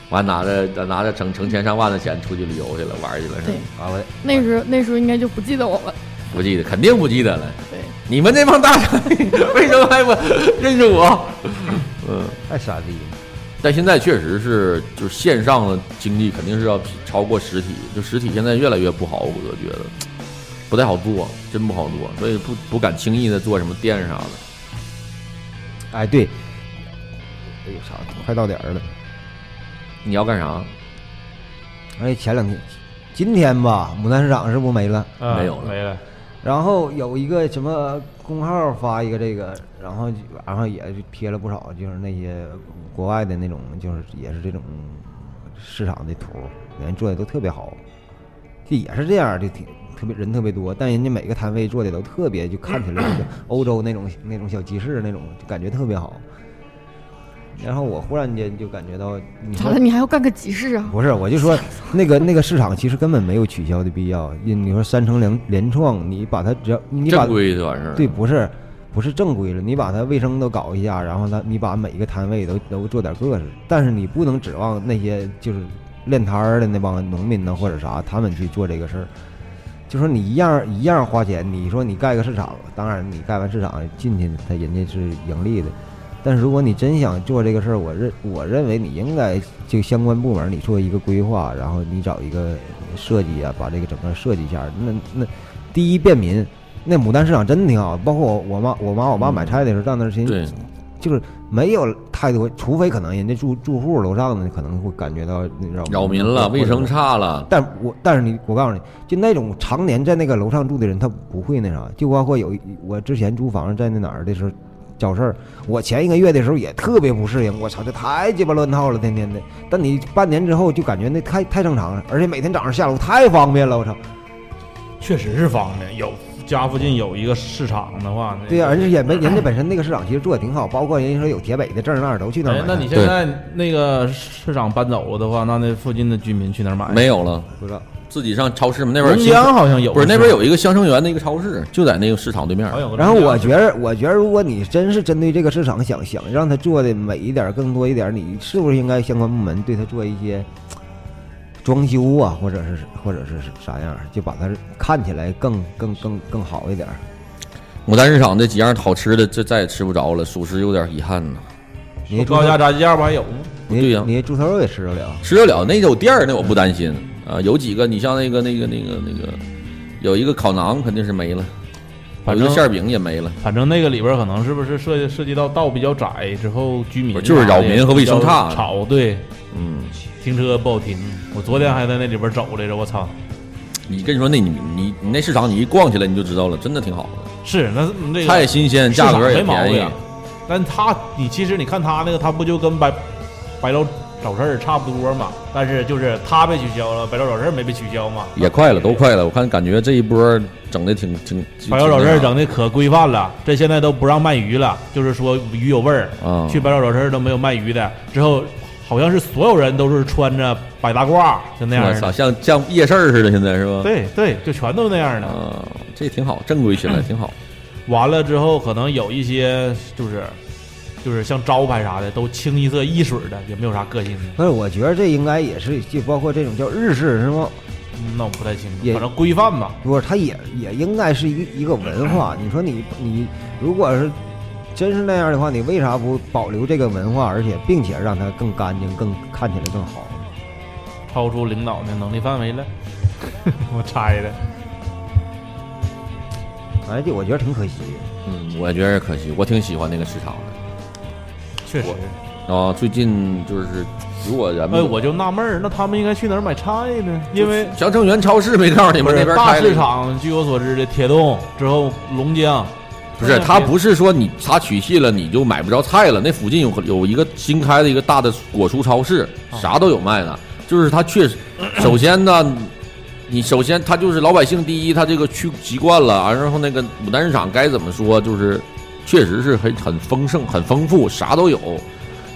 Speaker 1: 完拿着拿着成成千上万的钱出去旅游去了，玩去了，是吧
Speaker 4: 对
Speaker 3: 啊，我
Speaker 4: 那时候那时候应该就不记得我了。
Speaker 1: 不记得，肯定不记得了。
Speaker 4: 对，
Speaker 1: 你们这帮大傻逼为什么还不认识我？嗯，
Speaker 3: 太傻逼了。
Speaker 1: 但现在确实是，就是线上的经济肯定是要匹超过实体，就实体现在越来越不好，我觉得不太好做，真不好做，所以不不敢轻易的做什么店啥的。
Speaker 3: 哎，对，哎呦，啥？快到点儿了。
Speaker 1: 你要干啥？
Speaker 3: 哎，前两天，今天吧，牡丹市场是不是没了？
Speaker 2: 啊
Speaker 1: 没有了
Speaker 2: 没了，
Speaker 3: 然后有一个什么公号发一个这个，然后就然后也是贴了不少，就是那些国外的那种，就是也是这种市场的图，人做的都特别好，这也是这样的，挺特别人特别多，但人家每个摊位做的都特别，就看起来就像欧洲那种那种小集市那种，就感觉特别好。然后我忽然间就感觉到，你
Speaker 4: 咋
Speaker 3: 说
Speaker 4: 了？你还要干个集市啊？
Speaker 3: 不是，我就说那个那个市场其实根本没有取消的必要。你你说三成联联创，你把它只要你把
Speaker 1: 正规就完事儿了。
Speaker 3: 对不是不是正规了，你把它卫生都搞一下，然后它你把每一个摊位都都做点个事，但是你不能指望那些就是练摊儿的那帮农民呢或者啥，他们去做这个事儿。就说你一样一样花钱，你说你盖个市场，当然你盖完市场进去，他人家是盈利的。但是如果你真想做这个事儿，我认我认为你应该就相关部门你做一个规划，然后你找一个设计啊，把这个整个设计一下。那那第一便民，那牡丹市场真挺好。包括我我妈我妈我爸买菜的时候，到那儿先
Speaker 1: 对，
Speaker 3: 就是没有太多，除非可能人家住住户楼上的可能会感觉到扰
Speaker 1: 扰民了，卫生。差了，
Speaker 3: 但我但是你，我告诉你，就那种常年在那个楼上住的人，他不会那啥。就包括有一我之前租房在那哪儿的时候，找事儿，我前一个月的时候也特别不适应，我操，这太鸡巴乱套了，天天的。但你半年之后就感觉那太太正常了，而且每天早上下楼太方便了，我操。
Speaker 2: 确实是方便。有家附近有一个市场的话，那
Speaker 3: 对呀、而且也没人家本身那个市场其实做的挺好，包括人家说有铁北的证那儿都去那儿
Speaker 2: 哎
Speaker 3: 买，菜。
Speaker 2: 那你现在那个市场搬走了的话，那那附近的居民去哪儿买？
Speaker 1: 没有了，
Speaker 3: 不知道
Speaker 1: 自己上超市嘛。那边
Speaker 2: 榕
Speaker 1: 儿
Speaker 2: 江哎好像有，
Speaker 1: 不是那边儿有一个香生园的一个超市，就在那个市场对面儿
Speaker 2: 好。像有个榕江。
Speaker 3: 然后我觉得，我觉得如果你真是针对这个市场想想让他做的美一点儿、更多一点儿，你是不是应该相关部门对他做一些装修啊，或者是或者是啥样儿，就把它看起来更更更更好一点儿。
Speaker 1: 牡丹市场这几样好吃的，这再也吃不着了，属实有点遗憾呐。
Speaker 3: 你
Speaker 2: 高价炸鸡架不啊还有吗？
Speaker 3: 你
Speaker 1: 对呀
Speaker 3: 你猪头肉也吃得了，
Speaker 1: 吃得了那有店儿，那我不担心啊。有几个，你像那个那个那个那个，有一个烤馕肯定是没了，有
Speaker 2: 反
Speaker 1: 一个
Speaker 2: 正
Speaker 1: 馅儿饼也没了，
Speaker 2: 反正那个里边儿可能是不是涉及涉及到道比较窄之后，居民啊
Speaker 1: 不是就是扰民和卫生差
Speaker 2: 比较吵对，
Speaker 1: 嗯。
Speaker 2: 停车不好停。我昨天还在那里边儿走来着，我操！
Speaker 1: 你跟你说，那你你你那市场你一逛起来你就知道了，真的挺好的，
Speaker 2: 是那那个
Speaker 1: 菜也新鲜，价格也
Speaker 2: 市场没毛
Speaker 1: 便宜
Speaker 2: 病。但他，你其实你看他那个，他不就跟白白楼找事儿差不多嘛？但是就是他被取消了，白楼找事儿没被取消嘛？
Speaker 1: 也快了，都快了。我看感觉这一波整的挺挺。挺
Speaker 2: 白楼找事
Speaker 1: 挺那
Speaker 2: 儿
Speaker 1: 啥
Speaker 2: 整的可规范了，这现在都不让卖鱼了，就是说鱼有味儿。
Speaker 1: 啊
Speaker 2: 去白楼找事儿都没有卖鱼的，之后好像是所有人都是穿着百搭褂儿，就那样
Speaker 1: 我
Speaker 2: 似
Speaker 1: 操，
Speaker 2: 的。
Speaker 1: 像像夜市儿似的，现在是吧？
Speaker 2: 对对，就全都那样的。
Speaker 1: 啊，这挺好，正规起来挺好。
Speaker 2: 完了之后，可能有一些就是就是像招牌啥的，都清一色一水儿的，也没有啥个性的。
Speaker 3: 不是？我觉得这应该也是，就包括这种叫日式是吗？
Speaker 2: 嗯那我不太清楚，
Speaker 3: 也
Speaker 2: 反正规范吧。
Speaker 3: 不是，它也也应该是一个一个文化。你说你你如果是真是那样的话，你为啥不保留这个文化，而且并且让它更干净、更看起来更好？
Speaker 2: 超出领导的能力范围了，我猜的。
Speaker 3: 反正就我觉得挺可惜的。
Speaker 1: 嗯，我觉得可惜，我挺喜欢那个市场的。
Speaker 2: 确实
Speaker 1: 我，啊，最近就是如果咱
Speaker 2: 哎，
Speaker 1: 们
Speaker 2: 我就纳闷儿，那他们应该去哪儿买菜呢？因为
Speaker 1: 像正源超市没告诉你
Speaker 2: 不
Speaker 1: 们那
Speaker 2: 是
Speaker 1: 边
Speaker 2: 大
Speaker 1: 开了
Speaker 2: 市场，据我所知的铁洞之后，龙江
Speaker 1: 不是，他不是说你他取信了你就买不着菜了。那附近有有一个新开的一个大的果蔬超市，
Speaker 2: 哦
Speaker 1: 啥都有卖的。就是他确 实，首先呢，你首先他就是老百姓第一，他这个去习惯了，啊然后那个牡丹市场该怎么说，就是确实是很很丰盛、很丰富，啥都有。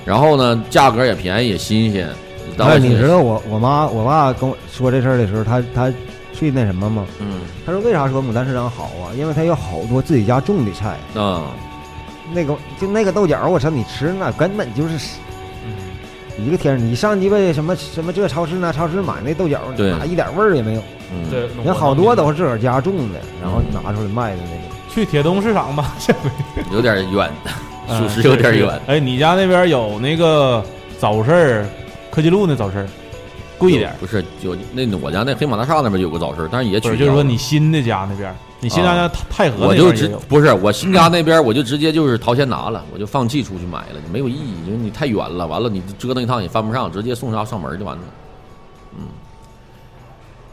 Speaker 1: 然后呢，价格也便宜，也新鲜。老
Speaker 2: 哎
Speaker 3: 但
Speaker 1: 百
Speaker 3: 是
Speaker 1: 姓
Speaker 3: 你
Speaker 1: 也
Speaker 3: 知，道我我妈我爸跟我说这事儿的时候，他他最那什么吗？
Speaker 1: 嗯
Speaker 3: 他说为啥说牡丹市场好啊？因为他有好多自己家种的菜，
Speaker 2: 嗯
Speaker 1: 啊，
Speaker 3: 那个就那个豆角，我操，你吃那根本就是一个天儿。你上鸡巴什么什么这超市那超市买那豆角，
Speaker 1: 对
Speaker 3: 哪一点味儿也没有。
Speaker 1: 嗯，
Speaker 2: 对，
Speaker 3: 人好多都是自个儿家种的，然后
Speaker 1: 嗯
Speaker 3: 拿出来卖的那
Speaker 2: 去铁东市场吧，下回
Speaker 1: 有点远，属
Speaker 2: 嗯
Speaker 1: 实有点
Speaker 2: 是
Speaker 1: 远。
Speaker 2: 哎，你家那边有那个早市儿，科技路那早市儿贵一点儿，
Speaker 1: 不是就那我家那黑马大厦那边有个早市，但是也
Speaker 2: 不
Speaker 1: 取
Speaker 2: 是就是
Speaker 1: 消
Speaker 2: 说
Speaker 1: 了
Speaker 2: 你新的家那边儿，你新家
Speaker 1: 啊
Speaker 2: 家太和
Speaker 1: 我
Speaker 2: 那边
Speaker 1: 就
Speaker 2: 儿也
Speaker 1: 直
Speaker 2: 有。
Speaker 1: 不是我新家那边，我就直接就是掏钱拿了，我就放弃出去买了，没有意义，因为你太远了，完了你折腾一趟也犯不上，直接送家上门就完了。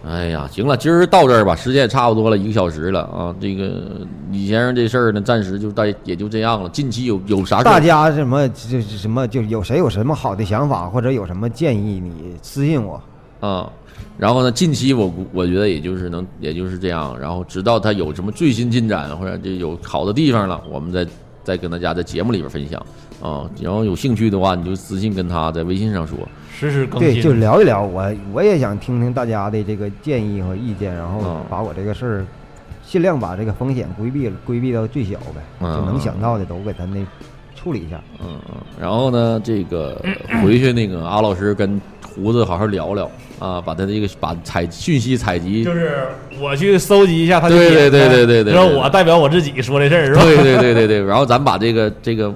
Speaker 1: 嗯，哎呀，行了，今儿到这儿吧，时间也差不多了，一个小时了啊。这个李先生这事儿呢，暂时就大也就这样了。近期有有啥
Speaker 3: 个。
Speaker 1: 事儿
Speaker 3: 大家什么这这什么就有谁有什么好的想法或者有什么建议，你私信我。
Speaker 1: 啊？然后呢，近期我估我觉得也就是能，也就是这样。然后直到他有什么最新进展，或者这有好的地方了，我们再再跟大家在节目里边分享啊。然后有兴趣的话，你就私信跟他在微信上说。
Speaker 2: 实时更
Speaker 3: 对，
Speaker 2: 新，
Speaker 3: 就聊一聊。我我也想听听大家的这个建议和意见，然后
Speaker 1: 嗯
Speaker 3: 把我这个事儿，尽量把这个风险规避规避到最小呗，
Speaker 1: 嗯
Speaker 3: 就能想到的都给他那处理一下。
Speaker 1: 嗯，嗯，然后呢，这个回去那个阿老师跟胡子好好聊聊啊，把他这个把采讯息采集
Speaker 2: 就。是我去搜集一下他的
Speaker 1: 对对
Speaker 2: 点
Speaker 1: 对
Speaker 2: 呗
Speaker 1: 对对对
Speaker 2: 然后
Speaker 1: 对
Speaker 2: 我代表我自己说这事儿是吧？
Speaker 1: 对对对对对，然后咱把这个这个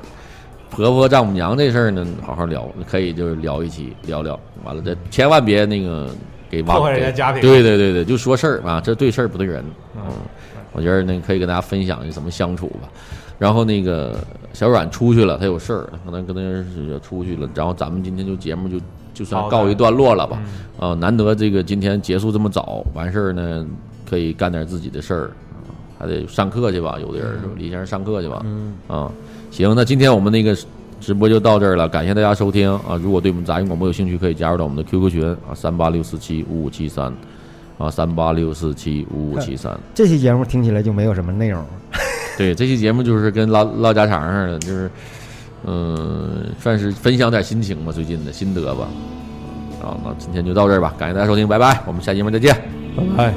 Speaker 1: 婆婆丈母娘这事儿呢，好好聊，可以就是聊一期聊聊，完了再千万别那个给挖
Speaker 2: 破坏人家家庭
Speaker 1: 对对对对，就说事儿啊，这对事儿不对人。
Speaker 2: 嗯
Speaker 1: 嗯，我觉得那可以跟大家分享怎么相处吧。然后那个小阮出去了，他有事儿，可能跟那是出去了。然后咱们今天就节目就就算
Speaker 2: 好的嗯
Speaker 1: 告一段落了吧。啊、难得这个今天结束这么早，完事儿呢可以干点自己的事儿，啊还得上课去吧。有的人
Speaker 2: 嗯
Speaker 1: 是吧？李先生上课去吧。
Speaker 3: 嗯，
Speaker 1: 啊，行，那今天我们那个直播就到这儿了，感谢大家收听啊！如果对我们杂音广播有兴趣，可以加入到我们的 QQ 群啊，三八六四七五五七三啊，三八六四七五五七三。
Speaker 3: 这期节目听起来就没有什么内容了，
Speaker 1: 对，这期节目就是跟唠唠家常似的，就是嗯、算是分享点心情吧，最近的心得吧。啊，那今天就到这儿吧，感谢大家收听，拜拜，我们下节目再见。
Speaker 2: 对，哎。